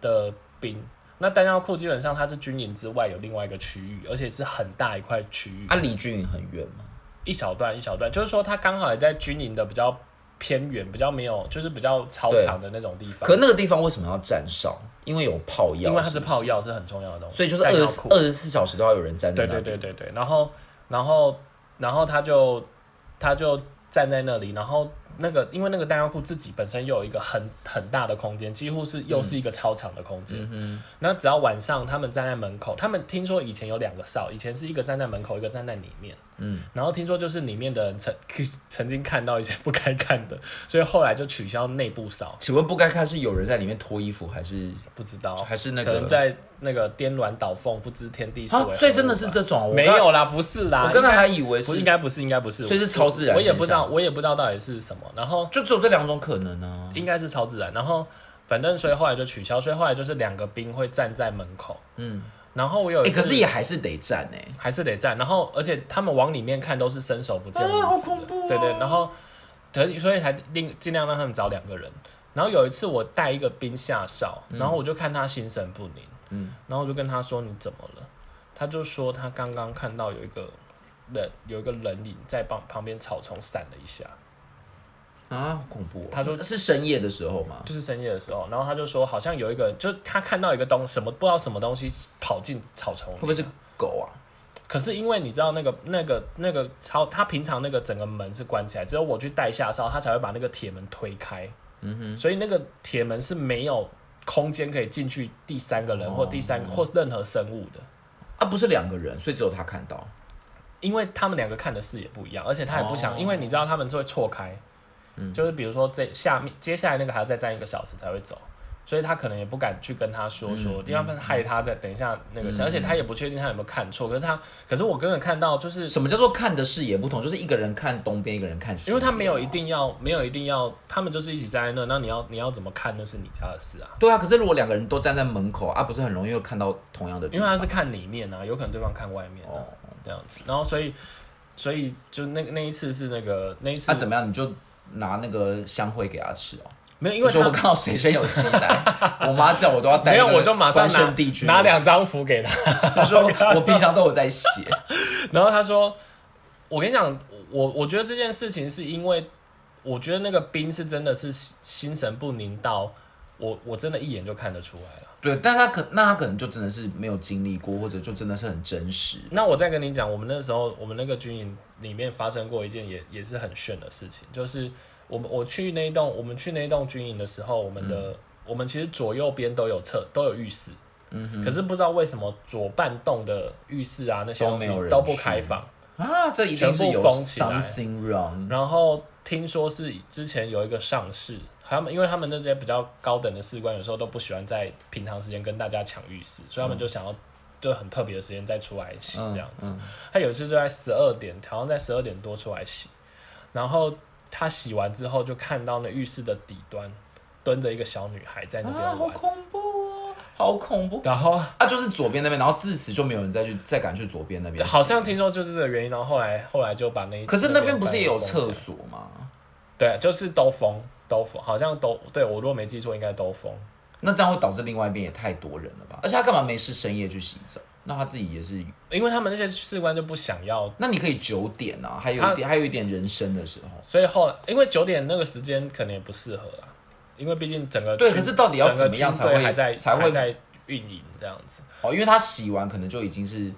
[SPEAKER 1] 的兵。那弹药库基本上它是军营之外有另外一个区域，而且是很大一块区域。
[SPEAKER 2] 啊，离军营很远嘛，
[SPEAKER 1] 一小段一小段，就是说它刚好也在军营的比较偏远、比较没有，就是比较操场的那种地方
[SPEAKER 2] 可。那个地方为什么要站哨？因为有炮药，
[SPEAKER 1] 因为它是
[SPEAKER 2] 不
[SPEAKER 1] 炮，药是很重要的东西，
[SPEAKER 2] 所以就是
[SPEAKER 1] 弹
[SPEAKER 2] 二
[SPEAKER 1] 药
[SPEAKER 2] 十
[SPEAKER 1] 库
[SPEAKER 2] 二十四小时都要有人站在
[SPEAKER 1] 对
[SPEAKER 2] 那
[SPEAKER 1] 对
[SPEAKER 2] 边。
[SPEAKER 1] 对对对，然后然后然后他就他就站在那里，然后那个因为那个弹药库自己本身又有一个很很大的空间，几乎是又
[SPEAKER 2] 嗯
[SPEAKER 1] 是一个操场的空间。那只要晚上他们站在门口，他们听说以前有两个哨，以前是一个站在门口，一个站在里面。嗯，然后听说就是里面的人曾 曾经看到一些不该看的，所以后来就取消内部哨，
[SPEAKER 2] 请问不该看是有人在里面脱衣服，还是
[SPEAKER 1] 不知道
[SPEAKER 2] 还是那
[SPEAKER 1] 可
[SPEAKER 2] 个
[SPEAKER 1] 能在那个颠鸾倒凤，不知天地是为
[SPEAKER 2] 啊
[SPEAKER 1] 何？物
[SPEAKER 2] 所以真的
[SPEAKER 1] 吧
[SPEAKER 2] 是这种啊我
[SPEAKER 1] 没
[SPEAKER 2] 刚
[SPEAKER 1] 有啦，不是啦，
[SPEAKER 2] 我刚
[SPEAKER 1] 应
[SPEAKER 2] 才
[SPEAKER 1] 该
[SPEAKER 2] 还以为
[SPEAKER 1] 不
[SPEAKER 2] 是
[SPEAKER 1] 应该不是，应该不是，
[SPEAKER 2] 所以是超自然
[SPEAKER 1] 我我也不
[SPEAKER 2] 现
[SPEAKER 1] 知道，
[SPEAKER 2] 象
[SPEAKER 1] 我也不知道到底是什么，然后
[SPEAKER 2] 就只有这两种可能啊呢、
[SPEAKER 1] 应该是超自然，然后反正所以后来就取消，所以后来就是两个兵会站在门口，嗯，然后我有
[SPEAKER 2] 哎、
[SPEAKER 1] 一次、
[SPEAKER 2] 可是也还是得站哎、
[SPEAKER 1] 还是得站，然后而且他们往里面看都是伸手不见五指的，
[SPEAKER 2] 啊好恐怖哦
[SPEAKER 1] 对对，然后可是所以才尽尽量让他们找两个人。然后有一次我带一个兵下哨，然后我就看他心神不宁，嗯，然后我就跟他说你怎么了？他就说他刚刚看到有一个人有一个人影在旁旁边草丛闪了一下，
[SPEAKER 2] 啊，好恐怖、哦！
[SPEAKER 1] 他说
[SPEAKER 2] 是深夜的时候吗？
[SPEAKER 1] 就是深夜的时候，然后他就说好像有一个人，就是他看到一个东什么不知道什么东西跑进草丛里，
[SPEAKER 2] 会不会是狗啊？
[SPEAKER 1] 可是因为你知道那个那个那个超，他平常那个整个门是关起来，只有我去带下哨，他才会把那个铁门推开。嗯哼，所以那个铁门是没有空间可以进去第三个人或第三、或任何生物的，
[SPEAKER 2] 啊，不是两个人，所以只有他看到。
[SPEAKER 1] 因为他们两个看的视野不一样，而且他也不想，
[SPEAKER 2] 哦
[SPEAKER 1] 因为你知道他们就会错开，就是比如说这下面接下来那个还要再站一个小时才会走，所以他可能也不敢去跟他说说，因为他害他在等一下那个，而且他也不确定他有没有看错，可是他，可是我刚刚看到就是
[SPEAKER 2] 什么叫做看的视野不同？就是一个人看东边，一个人看西
[SPEAKER 1] 因
[SPEAKER 2] 边。啊
[SPEAKER 1] 为他没有一定要，没有一定要，他们就是一起站在那，那你要你要怎么看那是你家的事啊。
[SPEAKER 2] 对啊，可是如果两个人都站在门口啊，不是很容易又看到同样的地
[SPEAKER 1] 因为他
[SPEAKER 2] 方？
[SPEAKER 1] 是看里面啊，有可能对方看外面啊，
[SPEAKER 2] 哦
[SPEAKER 1] 这样子。然后所以所以就那那一次是那个那一次
[SPEAKER 2] 啊，怎么样？你就拿那个香灰给他吃哦。
[SPEAKER 1] 没有，因
[SPEAKER 2] 就
[SPEAKER 1] 为
[SPEAKER 2] 是我
[SPEAKER 1] 他
[SPEAKER 2] 刚好随身有携带， 我妈叫我都要带
[SPEAKER 1] 没
[SPEAKER 2] 那
[SPEAKER 1] 有，
[SPEAKER 2] 个关圣帝君。
[SPEAKER 1] 我就马上拿拿两张符给他。
[SPEAKER 2] 他说我平常都有在写，
[SPEAKER 1] 然后他说：“我跟你讲，我我觉得这件事情是因为，我觉得那个兵是真的是心心神不宁到我我真的一眼就看得出来了。
[SPEAKER 2] 对，但他可那他可能就真的是没有经历过，或者就真的是很真实。
[SPEAKER 1] 那我再跟你讲，我们那时候我们那个军营里面发生过一件也也是很炫的事情，就是我们我去那一栋我们去那一栋军营的时候，我们
[SPEAKER 2] 嗯
[SPEAKER 1] 的、我们其实左右边都有厕都有浴室，嗯、可是不知道为什么左半栋的浴室啊那些
[SPEAKER 2] 都
[SPEAKER 1] 东西
[SPEAKER 2] 没有人
[SPEAKER 1] 都不
[SPEAKER 2] 去
[SPEAKER 1] 开放。”
[SPEAKER 2] 啊，这一定是
[SPEAKER 1] 全部
[SPEAKER 2] 有
[SPEAKER 1] 封起来
[SPEAKER 2] something wrong。
[SPEAKER 1] 然后听说是之前有一个上士，他们因为他们那些比较高等的士官，有时候都不喜欢在平常时间跟大家抢浴室，所以他们就想要就很特别的时间再出来洗
[SPEAKER 2] 嗯
[SPEAKER 1] 这样子。他有一次就在十二点，好像在十二点多出来洗，然后他洗完之后就看到那浴室的底端蹲着一个小女孩在那
[SPEAKER 2] 啊，
[SPEAKER 1] 边
[SPEAKER 2] 好
[SPEAKER 1] 玩，
[SPEAKER 2] 恐怖哦，好恐怖。
[SPEAKER 1] 然后
[SPEAKER 2] 啊，就是左边那边，然后自此就没有人再去再敢去左边那边。
[SPEAKER 1] 好，像听说就是这个原因，然后后来后来就把那一
[SPEAKER 2] 可是那边不是也有
[SPEAKER 1] 封起来
[SPEAKER 2] 厕所吗？
[SPEAKER 1] 对，就是都封都封，好像都对我如果没记错应该都封。
[SPEAKER 2] 那这样会导致另外一边也太多人了吧？而且他干嘛没事深夜去洗澡？那他自己也是，
[SPEAKER 1] 因为他们那些士官就不想要，
[SPEAKER 2] 那你可以九点啊，还有一点还有一点人生的时候。
[SPEAKER 1] 所以后来因为九点那个时间可能也不适合啦，因为毕竟整个
[SPEAKER 2] 对
[SPEAKER 1] 军
[SPEAKER 2] 可是到底要怎么样才会
[SPEAKER 1] 整个军队还在
[SPEAKER 2] 才会
[SPEAKER 1] 还在运营这样子？
[SPEAKER 2] 哦，因为他洗完可能就已经是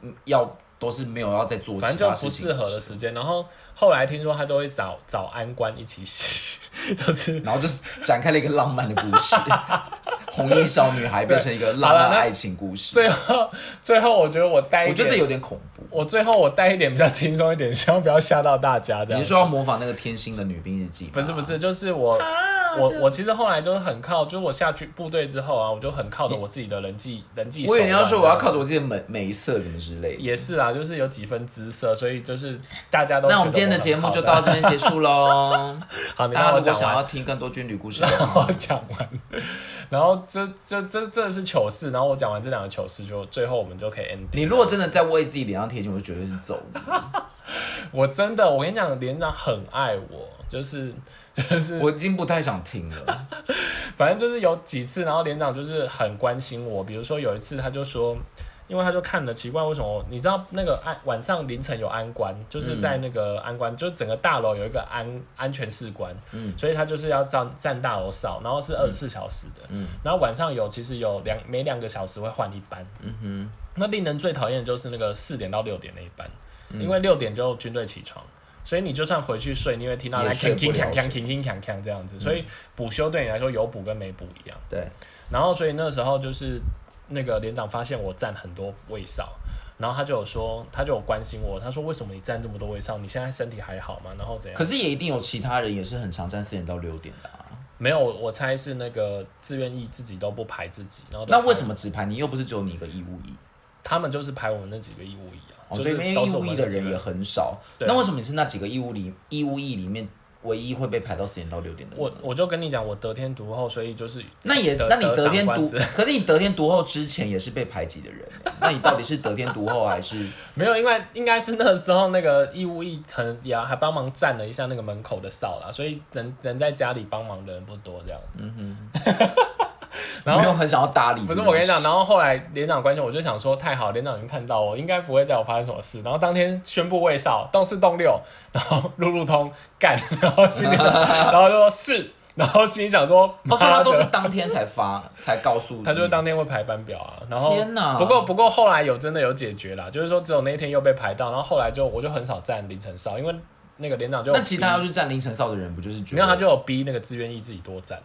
[SPEAKER 2] 嗯要都是没有要再做
[SPEAKER 1] 反
[SPEAKER 2] 其
[SPEAKER 1] 正
[SPEAKER 2] 他
[SPEAKER 1] 就
[SPEAKER 2] 事
[SPEAKER 1] 不
[SPEAKER 2] 情
[SPEAKER 1] 适合的时间。然后后来听说他都会找找安官一起洗， 就是
[SPEAKER 2] 然后就是展开了一个浪漫的故事， 红衣小女孩变成一个浪
[SPEAKER 1] 好
[SPEAKER 2] 漫
[SPEAKER 1] 了
[SPEAKER 2] 的
[SPEAKER 1] 那
[SPEAKER 2] 爱情故事。
[SPEAKER 1] 最后最后我觉得我带一
[SPEAKER 2] 我觉得这
[SPEAKER 1] 点，
[SPEAKER 2] 有点恐怖。
[SPEAKER 1] 我最后我带一点比较轻松一点，希望不要吓到大家这
[SPEAKER 2] 你
[SPEAKER 1] 样
[SPEAKER 2] 是。说要模仿那个天星的女兵日记吗？
[SPEAKER 1] 不是不是，就是我。我我其实后来就是很靠，就是我下去部队之后啊，我就很靠着我自己的人际人际手啊
[SPEAKER 2] 我以
[SPEAKER 1] 腕这样子。
[SPEAKER 2] 为你要说我要靠着我自己的美美色怎么之类的。
[SPEAKER 1] 也是啦，就是有几分姿色，所以就是大家都。
[SPEAKER 2] 那我们今天的节目就到，这边结束喽。
[SPEAKER 1] 好，你让
[SPEAKER 2] 大家
[SPEAKER 1] 我
[SPEAKER 2] 如果
[SPEAKER 1] 讲
[SPEAKER 2] 想要
[SPEAKER 1] 完，
[SPEAKER 2] 听更多军旅故事的
[SPEAKER 1] 让
[SPEAKER 2] 话，
[SPEAKER 1] 我讲完。然后这这这这是糗事，然后我讲完这两个糗事就，最后我们就可以 end。
[SPEAKER 2] 你如果真的在为自己脸上贴金，我就绝对是走的。
[SPEAKER 1] 我真的，我跟你讲，连长很爱我，就是 就是，
[SPEAKER 2] 我已经不太想听了。
[SPEAKER 1] 反正就是有几次，然后连长就是很关心我，比如说有一次他就说。因为他就看了奇怪，为什么你知道那个安晚上凌晨有安官，就是在那个安官，就是整个大楼有一个安安全士官，
[SPEAKER 2] 嗯
[SPEAKER 1] 所以他就是要站站大楼哨，然后是二十四小时的，
[SPEAKER 2] 嗯
[SPEAKER 1] 然后晚上有其实有两每两个小时会换一班，
[SPEAKER 2] 嗯
[SPEAKER 1] 那令人最讨厌的就是那个四点到六点那一班，
[SPEAKER 2] 嗯
[SPEAKER 1] 因为六点就军队起床。所以你就算回去睡，你会听到
[SPEAKER 2] 也
[SPEAKER 1] 来
[SPEAKER 2] 睡
[SPEAKER 1] 铿铿
[SPEAKER 2] 不了嗯
[SPEAKER 1] 锵锵、铿铿锵锵这样子。所以补休对你来说有补跟没补一样。
[SPEAKER 2] 对，
[SPEAKER 1] 然后所以那时候就是那个连长发现我站很多位哨，然后他就有说，他就有关心我，他说为什么你站这么多位哨？你现在身体还好吗？然后怎样
[SPEAKER 2] 可？是也一定有其他人也是很常站四点到六点的啊。
[SPEAKER 1] 没有，我猜是那个自愿意自己都不排自己，然后
[SPEAKER 2] 那为什
[SPEAKER 1] 么
[SPEAKER 2] 么只排你？又不是只有你一个义务役。
[SPEAKER 1] 他们就是排我们那几个义务役啊？
[SPEAKER 2] 哦，
[SPEAKER 1] 就
[SPEAKER 2] 所以
[SPEAKER 1] 是
[SPEAKER 2] 没有
[SPEAKER 1] 都
[SPEAKER 2] 义
[SPEAKER 1] 是我
[SPEAKER 2] 务
[SPEAKER 1] 们
[SPEAKER 2] 役
[SPEAKER 1] 那
[SPEAKER 2] 的
[SPEAKER 1] 几
[SPEAKER 2] 人
[SPEAKER 1] 个
[SPEAKER 2] 也很少。
[SPEAKER 1] 对
[SPEAKER 2] 那为什么你是那几个义务里义务役里面唯一会被排到四点到六点的人？
[SPEAKER 1] 我我就跟你讲，我得天独厚，所以就是
[SPEAKER 2] 那也，
[SPEAKER 1] 得
[SPEAKER 2] 那你
[SPEAKER 1] 得
[SPEAKER 2] 得
[SPEAKER 1] 长
[SPEAKER 2] 天
[SPEAKER 1] 官
[SPEAKER 2] 独，
[SPEAKER 1] 之
[SPEAKER 2] 可是你得天独厚之前也是被排挤的人 欸，那你到底是得天独厚还是？
[SPEAKER 1] 没有，因为应该是那时候那个义务役层也还帮忙站了一下那个门口的哨啦，所以能能在家里帮忙的人不多这样子。然后
[SPEAKER 2] 没有很想要搭理？
[SPEAKER 1] 不是我跟你讲，，然后后来连长关心我，我就想说太好，连长已经看到我，应该不会再有发生什么事。然后当天宣布卫少动四动六， 然后路路通干，然后 心里然后就说是，然后心里想说，
[SPEAKER 2] 他哦说他都
[SPEAKER 1] 妈
[SPEAKER 2] 是
[SPEAKER 1] 的
[SPEAKER 2] 当天才发，才告诉你
[SPEAKER 1] 他就是当天会排班表啊，然后
[SPEAKER 2] 天哪
[SPEAKER 1] 不过不过后来有真的有解决啦，就是说只有那一天又被排到，然后后来就我就很少站凌晨哨，因为那个连长就有
[SPEAKER 2] 那其他
[SPEAKER 1] 逼
[SPEAKER 2] 要去站凌晨哨的人，不就是觉
[SPEAKER 1] 没有，
[SPEAKER 2] 得
[SPEAKER 1] 他就有逼那个志愿役自己多站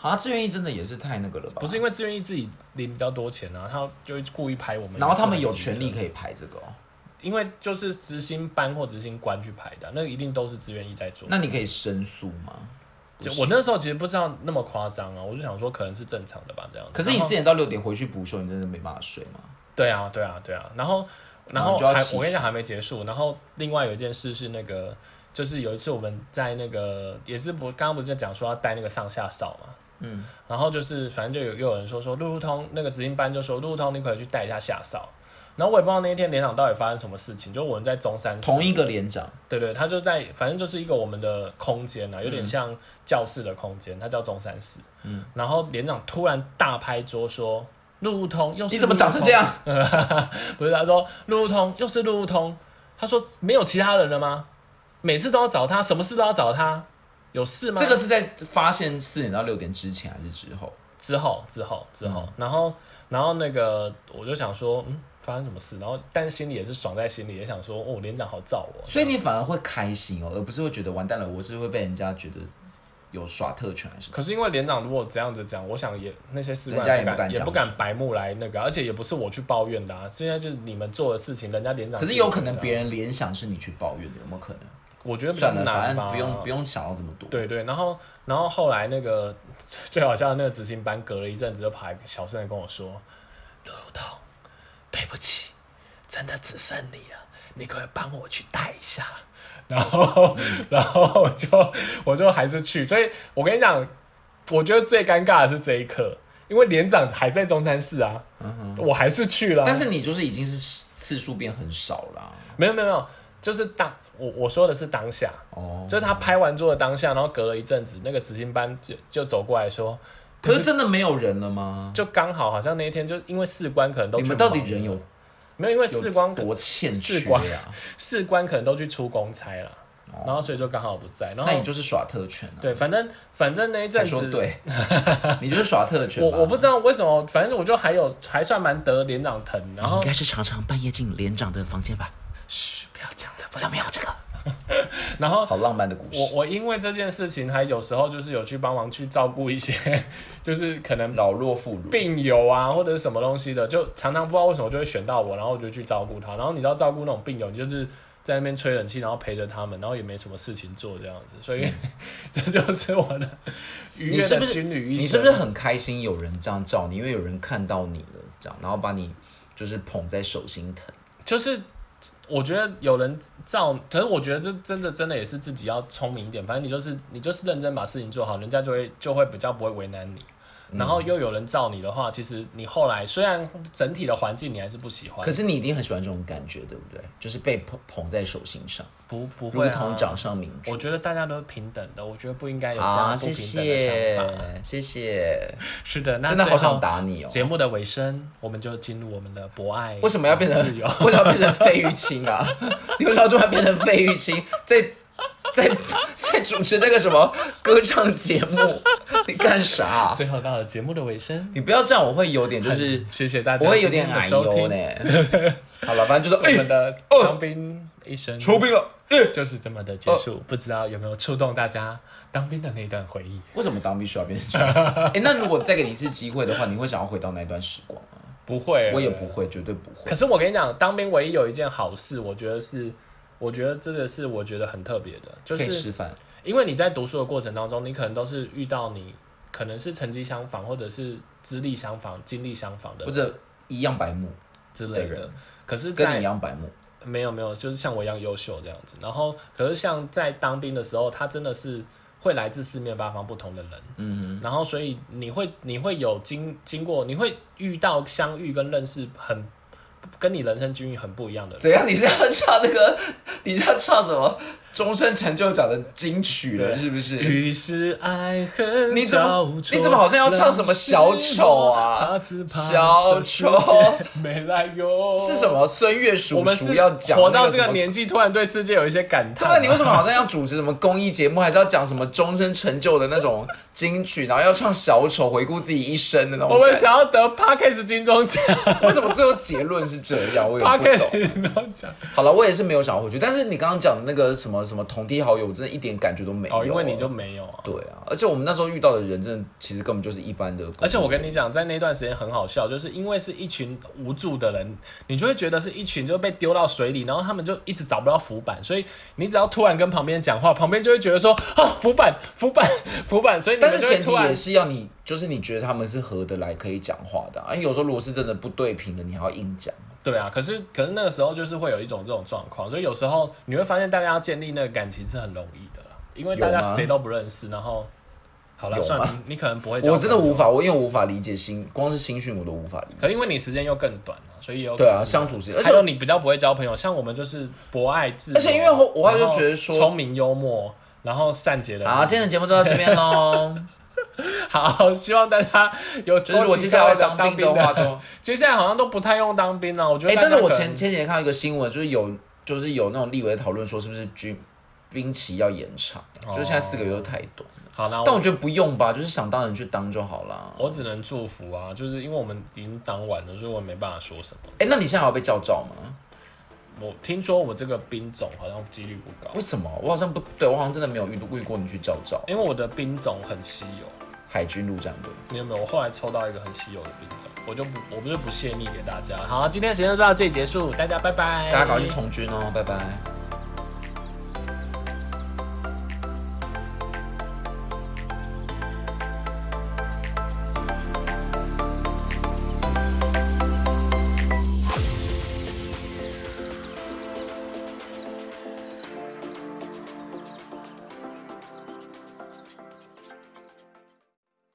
[SPEAKER 1] 啊，
[SPEAKER 2] 啊，志愿役真的也是太那个了吧？
[SPEAKER 1] 不是因为志愿役自己领比较多钱啊，他就会故意拍我们。
[SPEAKER 2] 然后他们有权利，可以排这个、哦，
[SPEAKER 1] 因为就是执行班或执行官去排的，那个一定都是志愿役在做。
[SPEAKER 2] 那你可以申诉吗？
[SPEAKER 1] 就我那时候其实不知道那么夸张啊，我就想说可能是正常的吧，这样子。
[SPEAKER 2] 可是你
[SPEAKER 1] 然后
[SPEAKER 2] 四点到六点回去补休，你真的没办法睡吗？
[SPEAKER 1] 对啊，对啊，对啊。然后，然
[SPEAKER 2] 然
[SPEAKER 1] 后
[SPEAKER 2] 哦后就要
[SPEAKER 1] 还
[SPEAKER 2] 起
[SPEAKER 1] 我跟你
[SPEAKER 2] 床
[SPEAKER 1] 讲还没结束。然后另外有一件事是那个，就是有一次我们在那个也是不刚刚不是在讲说要带那个上下扫嘛，
[SPEAKER 2] 嗯，
[SPEAKER 1] 然后就是反正就有又有人说说路路通那个执行班就说路路通你可以去带一下下扫。然后我也不知道那一天连长到底发生什么事情，就我们在中山市
[SPEAKER 2] 同一个连长，
[SPEAKER 1] 对对，他就在，反正就是一个我们的空间啊，有
[SPEAKER 2] 嗯
[SPEAKER 1] 点像教室的空间，它叫中山室。嗯，然后连长突然大拍桌说：“路路通又是
[SPEAKER 2] 你怎么长成这样？
[SPEAKER 1] 嗯路路通？”不是，他说路路通又是路路通。他说没有其他人了吗？每次都要找他，什么事都要找他，有事吗？
[SPEAKER 2] 这个是在发现四点到六点之前还是之后？
[SPEAKER 1] 之后之后之
[SPEAKER 2] 嗯
[SPEAKER 1] 后，然后然后那个我就想说，嗯，发生什么事？然后但心里也是爽在心里，也想说，哦，连长好照我。
[SPEAKER 2] 所以你反而会开心哦，而不是会觉得完蛋了，我是会被人家觉得有耍特权还是什么？
[SPEAKER 1] 可是因为连长如果这样子讲，我想也那些士官
[SPEAKER 2] 人家
[SPEAKER 1] 也
[SPEAKER 2] 也
[SPEAKER 1] 不
[SPEAKER 2] 不敢
[SPEAKER 1] 也
[SPEAKER 2] 讲
[SPEAKER 1] 不敢白目来那个，而且也不是我去抱怨的啊。现在就是你们做的事情，人家连长
[SPEAKER 2] 可是
[SPEAKER 1] 自己
[SPEAKER 2] 有可
[SPEAKER 1] 觉
[SPEAKER 2] 能
[SPEAKER 1] 得啊
[SPEAKER 2] 别，人联想是你去抱怨的，有没有可能？
[SPEAKER 1] 我觉得比较
[SPEAKER 2] 算了，反
[SPEAKER 1] 嗯难吧，
[SPEAKER 2] 正不用不用想到这么多。
[SPEAKER 1] 对对，然后然后后来那个最好笑的那个执行班，隔了一阵子就跑来小声的跟我说：“刘董，对不起，真的只剩你了，你可不可以帮我去带一下。” 然后，
[SPEAKER 2] 嗯
[SPEAKER 1] 然后我就我就还是去，所以我跟你讲，我觉得最尴尬的是这一刻，因为连长还在中山市啊，我还是去了啊、
[SPEAKER 2] 嗯但是你就是已经是次数变很少啊啦、
[SPEAKER 1] 没有没有没有，就是当我我说的是当下，
[SPEAKER 2] 哦，
[SPEAKER 1] 就是他拍完桌的当下，然后隔了一阵子，那个执行班就就走过来说，
[SPEAKER 2] 可是真的没有人了吗？
[SPEAKER 1] 就刚好好像那一天就因为士官可能都
[SPEAKER 2] 你们
[SPEAKER 1] 去忙
[SPEAKER 2] 到底人有
[SPEAKER 1] 没有？因为
[SPEAKER 2] 有
[SPEAKER 1] 士官
[SPEAKER 2] 多欠
[SPEAKER 1] 士
[SPEAKER 2] 缺啊
[SPEAKER 1] 官
[SPEAKER 2] 呀、
[SPEAKER 1] 士官可能都去出公差了，然后所以就刚好不在，然后
[SPEAKER 2] 那你就是耍特权啊！
[SPEAKER 1] 对，反正反正那一阵
[SPEAKER 2] 还说
[SPEAKER 1] 子。
[SPEAKER 2] 对，你就是耍特权
[SPEAKER 1] 我
[SPEAKER 2] 嘛。
[SPEAKER 1] 我不知道为什么，反正我就还有还算蛮得连长疼，然后
[SPEAKER 2] 该是常常半夜进连长的房间吧？
[SPEAKER 1] 嘘，不要讲这份，
[SPEAKER 2] 有这个？
[SPEAKER 1] 然后
[SPEAKER 2] 好浪漫的故
[SPEAKER 1] 我
[SPEAKER 2] 事。
[SPEAKER 1] 我因为这件事情，还有时候就是有去帮忙去照顾一些， 就是可能
[SPEAKER 2] 老弱妇孺，
[SPEAKER 1] 病友啊，或者是什么东西的，就常常不知道为什么就会选到我，然后我就去照顾他。然后你知道照顾那种病友，你就是在那边吹冷气，然后陪着他们，然后也没什么事情做这样子，所以、 这就是我的愉
[SPEAKER 2] 你
[SPEAKER 1] 悦
[SPEAKER 2] 是
[SPEAKER 1] 的
[SPEAKER 2] 不是
[SPEAKER 1] 情侣一生。
[SPEAKER 2] 你是不是很开心有人这样照你？因为有人看到你了，这样，然后把你就是捧在手心疼。
[SPEAKER 1] 就是？我觉得有人照，可是我觉得这真的真的也是自己要聪明一点。反正你就是你就是认真把事情做好，人家就会就会比较不会为难你。
[SPEAKER 2] 嗯
[SPEAKER 1] 然后又有人照你的话，其实你后来虽然整体的环境你还是不喜欢
[SPEAKER 2] 可，是你一定很喜欢这种感觉，对不对？就是被捧捧在手心上，
[SPEAKER 1] 不不
[SPEAKER 2] 如
[SPEAKER 1] 会、啊、
[SPEAKER 2] 同掌上明珠
[SPEAKER 1] 我。觉得大家都是平等的，我觉得不应该有这
[SPEAKER 2] 好，
[SPEAKER 1] 样不
[SPEAKER 2] 谢
[SPEAKER 1] 平等的想法。
[SPEAKER 2] 谢，谢谢，
[SPEAKER 1] 是的，那
[SPEAKER 2] 真的好
[SPEAKER 1] 最
[SPEAKER 2] 想
[SPEAKER 1] 后
[SPEAKER 2] 打你哦！
[SPEAKER 1] 节目的尾声，我们就进入我们的博爱。
[SPEAKER 2] 为什么要变成
[SPEAKER 1] 自由？
[SPEAKER 2] 为什么要变成费玉清啊？你为什么突然变成费玉清？在在在主持那个什么歌唱节目？你干啥啊、
[SPEAKER 1] 最后到了节目的尾声，
[SPEAKER 2] 你不要这样，我会有点就是
[SPEAKER 1] 谢谢大家，
[SPEAKER 2] 我会有点矮
[SPEAKER 1] 收
[SPEAKER 2] 油
[SPEAKER 1] 听
[SPEAKER 2] 呢。好了，反正就是
[SPEAKER 1] 我
[SPEAKER 2] 哎
[SPEAKER 1] 们，的当兵一生
[SPEAKER 2] 出兵了。哎哦
[SPEAKER 1] 就是这么的结束，不知道有没有触动大家当兵的那一段回忆？
[SPEAKER 2] 为什么当兵需要变成这样？ 哎，那如果再给你一次机会的话，你会想要回到那段时光 吗？
[SPEAKER 1] 不会，
[SPEAKER 2] 我也不会，绝对不
[SPEAKER 1] 可
[SPEAKER 2] 会。
[SPEAKER 1] 是我跟你讲，当兵唯一有一件好事，我觉得是，我觉得这个是我觉得很特别的，就
[SPEAKER 2] 可
[SPEAKER 1] 是
[SPEAKER 2] 以吃饭，
[SPEAKER 1] 因为你在读书的过程当中，你可能都是遇到你可能是成绩相仿，或者是资历相仿、经历相仿的
[SPEAKER 2] 或者一样白目，
[SPEAKER 1] 之类
[SPEAKER 2] 对
[SPEAKER 1] 的。可是
[SPEAKER 2] 跟你
[SPEAKER 1] 在，
[SPEAKER 2] 一样白目。
[SPEAKER 1] 没有没有，就是像我一样优秀这样子。然后，可是像在当兵的时候，他真的是会来自四面八方不同的人，嗯，然后所以你会你会有经经过，你会遇到相遇跟认识很跟你人生经历很不一样的人。
[SPEAKER 2] 怎样？你是要唱那个？ 你是要唱什么终身成就奖的金曲了？是不 是？
[SPEAKER 1] 于是爱恨
[SPEAKER 2] 你怎么
[SPEAKER 1] 交错
[SPEAKER 2] 你怎么好像要唱什么小丑啊
[SPEAKER 1] 让失落怕只怕
[SPEAKER 2] 小丑，
[SPEAKER 1] 这世界没来由
[SPEAKER 2] 是什？么？孙悦叔
[SPEAKER 1] 哦我们
[SPEAKER 2] 叔
[SPEAKER 1] 是
[SPEAKER 2] 要讲
[SPEAKER 1] 活
[SPEAKER 2] 那
[SPEAKER 1] 到
[SPEAKER 2] 个
[SPEAKER 1] 这
[SPEAKER 2] 什
[SPEAKER 1] 个
[SPEAKER 2] 么？
[SPEAKER 1] 年纪，突然对世界有一些感
[SPEAKER 2] 对
[SPEAKER 1] 叹、
[SPEAKER 2] 啊，你为什么好像要主持什么公益节目，还是要讲什么终身成就的那种金曲，然后要唱小丑回顾自己一生的那种
[SPEAKER 1] 我
[SPEAKER 2] 感觉？
[SPEAKER 1] 们想要得 Parkes 金钟奖
[SPEAKER 2] 为什么最后结论是这样？我也不 懂。
[SPEAKER 1] ，Parkes 金钟奖，
[SPEAKER 2] 好了，我也是没有想要回去，但是你刚刚讲的那个什么什么同梯好友，我真的一点感觉都没有。
[SPEAKER 1] 哦，因为你就没有啊。
[SPEAKER 2] 对啊，而且我们那时候遇到的人，真的其实根本就是一般的。
[SPEAKER 1] 而且我跟你讲，在那段时间很好笑，就是因为是一群无助的人，你就会觉得是一群就被丢到水里，然后他们就一直找不到浮板，所以你只要突然跟旁边讲话，旁边就会觉得说啊浮板 浮板浮板，所以你们
[SPEAKER 2] 但是
[SPEAKER 1] 就会
[SPEAKER 2] 前提
[SPEAKER 1] 突然
[SPEAKER 2] 也是要你，就是你觉得他们是合得来，可以讲话的啊。啊有时候如果是真的不对频的，你还要硬讲。
[SPEAKER 1] 对啊，可是可是那个时候就是会有一种这种状况，所以有时候你会发现大家要建立那个感情是很容易的啦，因为大家
[SPEAKER 2] 有吗
[SPEAKER 1] 谁都不认识，然后好了，
[SPEAKER 2] 有
[SPEAKER 1] 算
[SPEAKER 2] 吗
[SPEAKER 1] 了，你可能不会交朋友，
[SPEAKER 2] 我真的无法，我因为我无法理解新，光是新讯我都无法理解。
[SPEAKER 1] 可因为你时间又更短了，所以有
[SPEAKER 2] 对啊，相处时间，而且
[SPEAKER 1] 还有你比较不会交朋友，像我们就是博爱智，
[SPEAKER 2] 而且因为我我后来就觉得说
[SPEAKER 1] 然后聪明幽默，然后善解人意。
[SPEAKER 2] 好，今天的节目就到这边 喽。
[SPEAKER 1] 好， 希望大家有
[SPEAKER 2] 就是如果接下来要当兵的话，
[SPEAKER 1] 多
[SPEAKER 2] 都
[SPEAKER 1] 奇怪接下来好像都不太用当兵了。我觉得
[SPEAKER 2] 哎、
[SPEAKER 1] 大家
[SPEAKER 2] 但
[SPEAKER 1] 可
[SPEAKER 2] 是
[SPEAKER 1] 能，
[SPEAKER 2] 我前前几天看到一个新闻，就是有就是有那种立委讨论说，是不是军兵期要延长？就是现在四个月都太短了。
[SPEAKER 1] 好啦，
[SPEAKER 2] 但我
[SPEAKER 1] 我
[SPEAKER 2] 觉得不用吧，就是想当然去当就好啦。
[SPEAKER 1] 我只能祝福啊，就是因为我们已经当完了，所以我没办法说什么。
[SPEAKER 2] 哎、那你现在还要被叫照吗？
[SPEAKER 1] 我听说我这个兵种好像几率不高
[SPEAKER 2] 为，什么？我好像不对，我好像真的没有遇遇过你去叫照
[SPEAKER 1] 因为我的兵种很稀有。
[SPEAKER 2] 海军陆战队。
[SPEAKER 1] 你有没有？我后来抽到一个很稀有的兵种，我就不，我
[SPEAKER 2] 哎
[SPEAKER 1] 不是不泄密给大家。好，今天的时间就到这里结束，大家拜拜。
[SPEAKER 2] 大家赶快去从军哦，拜拜。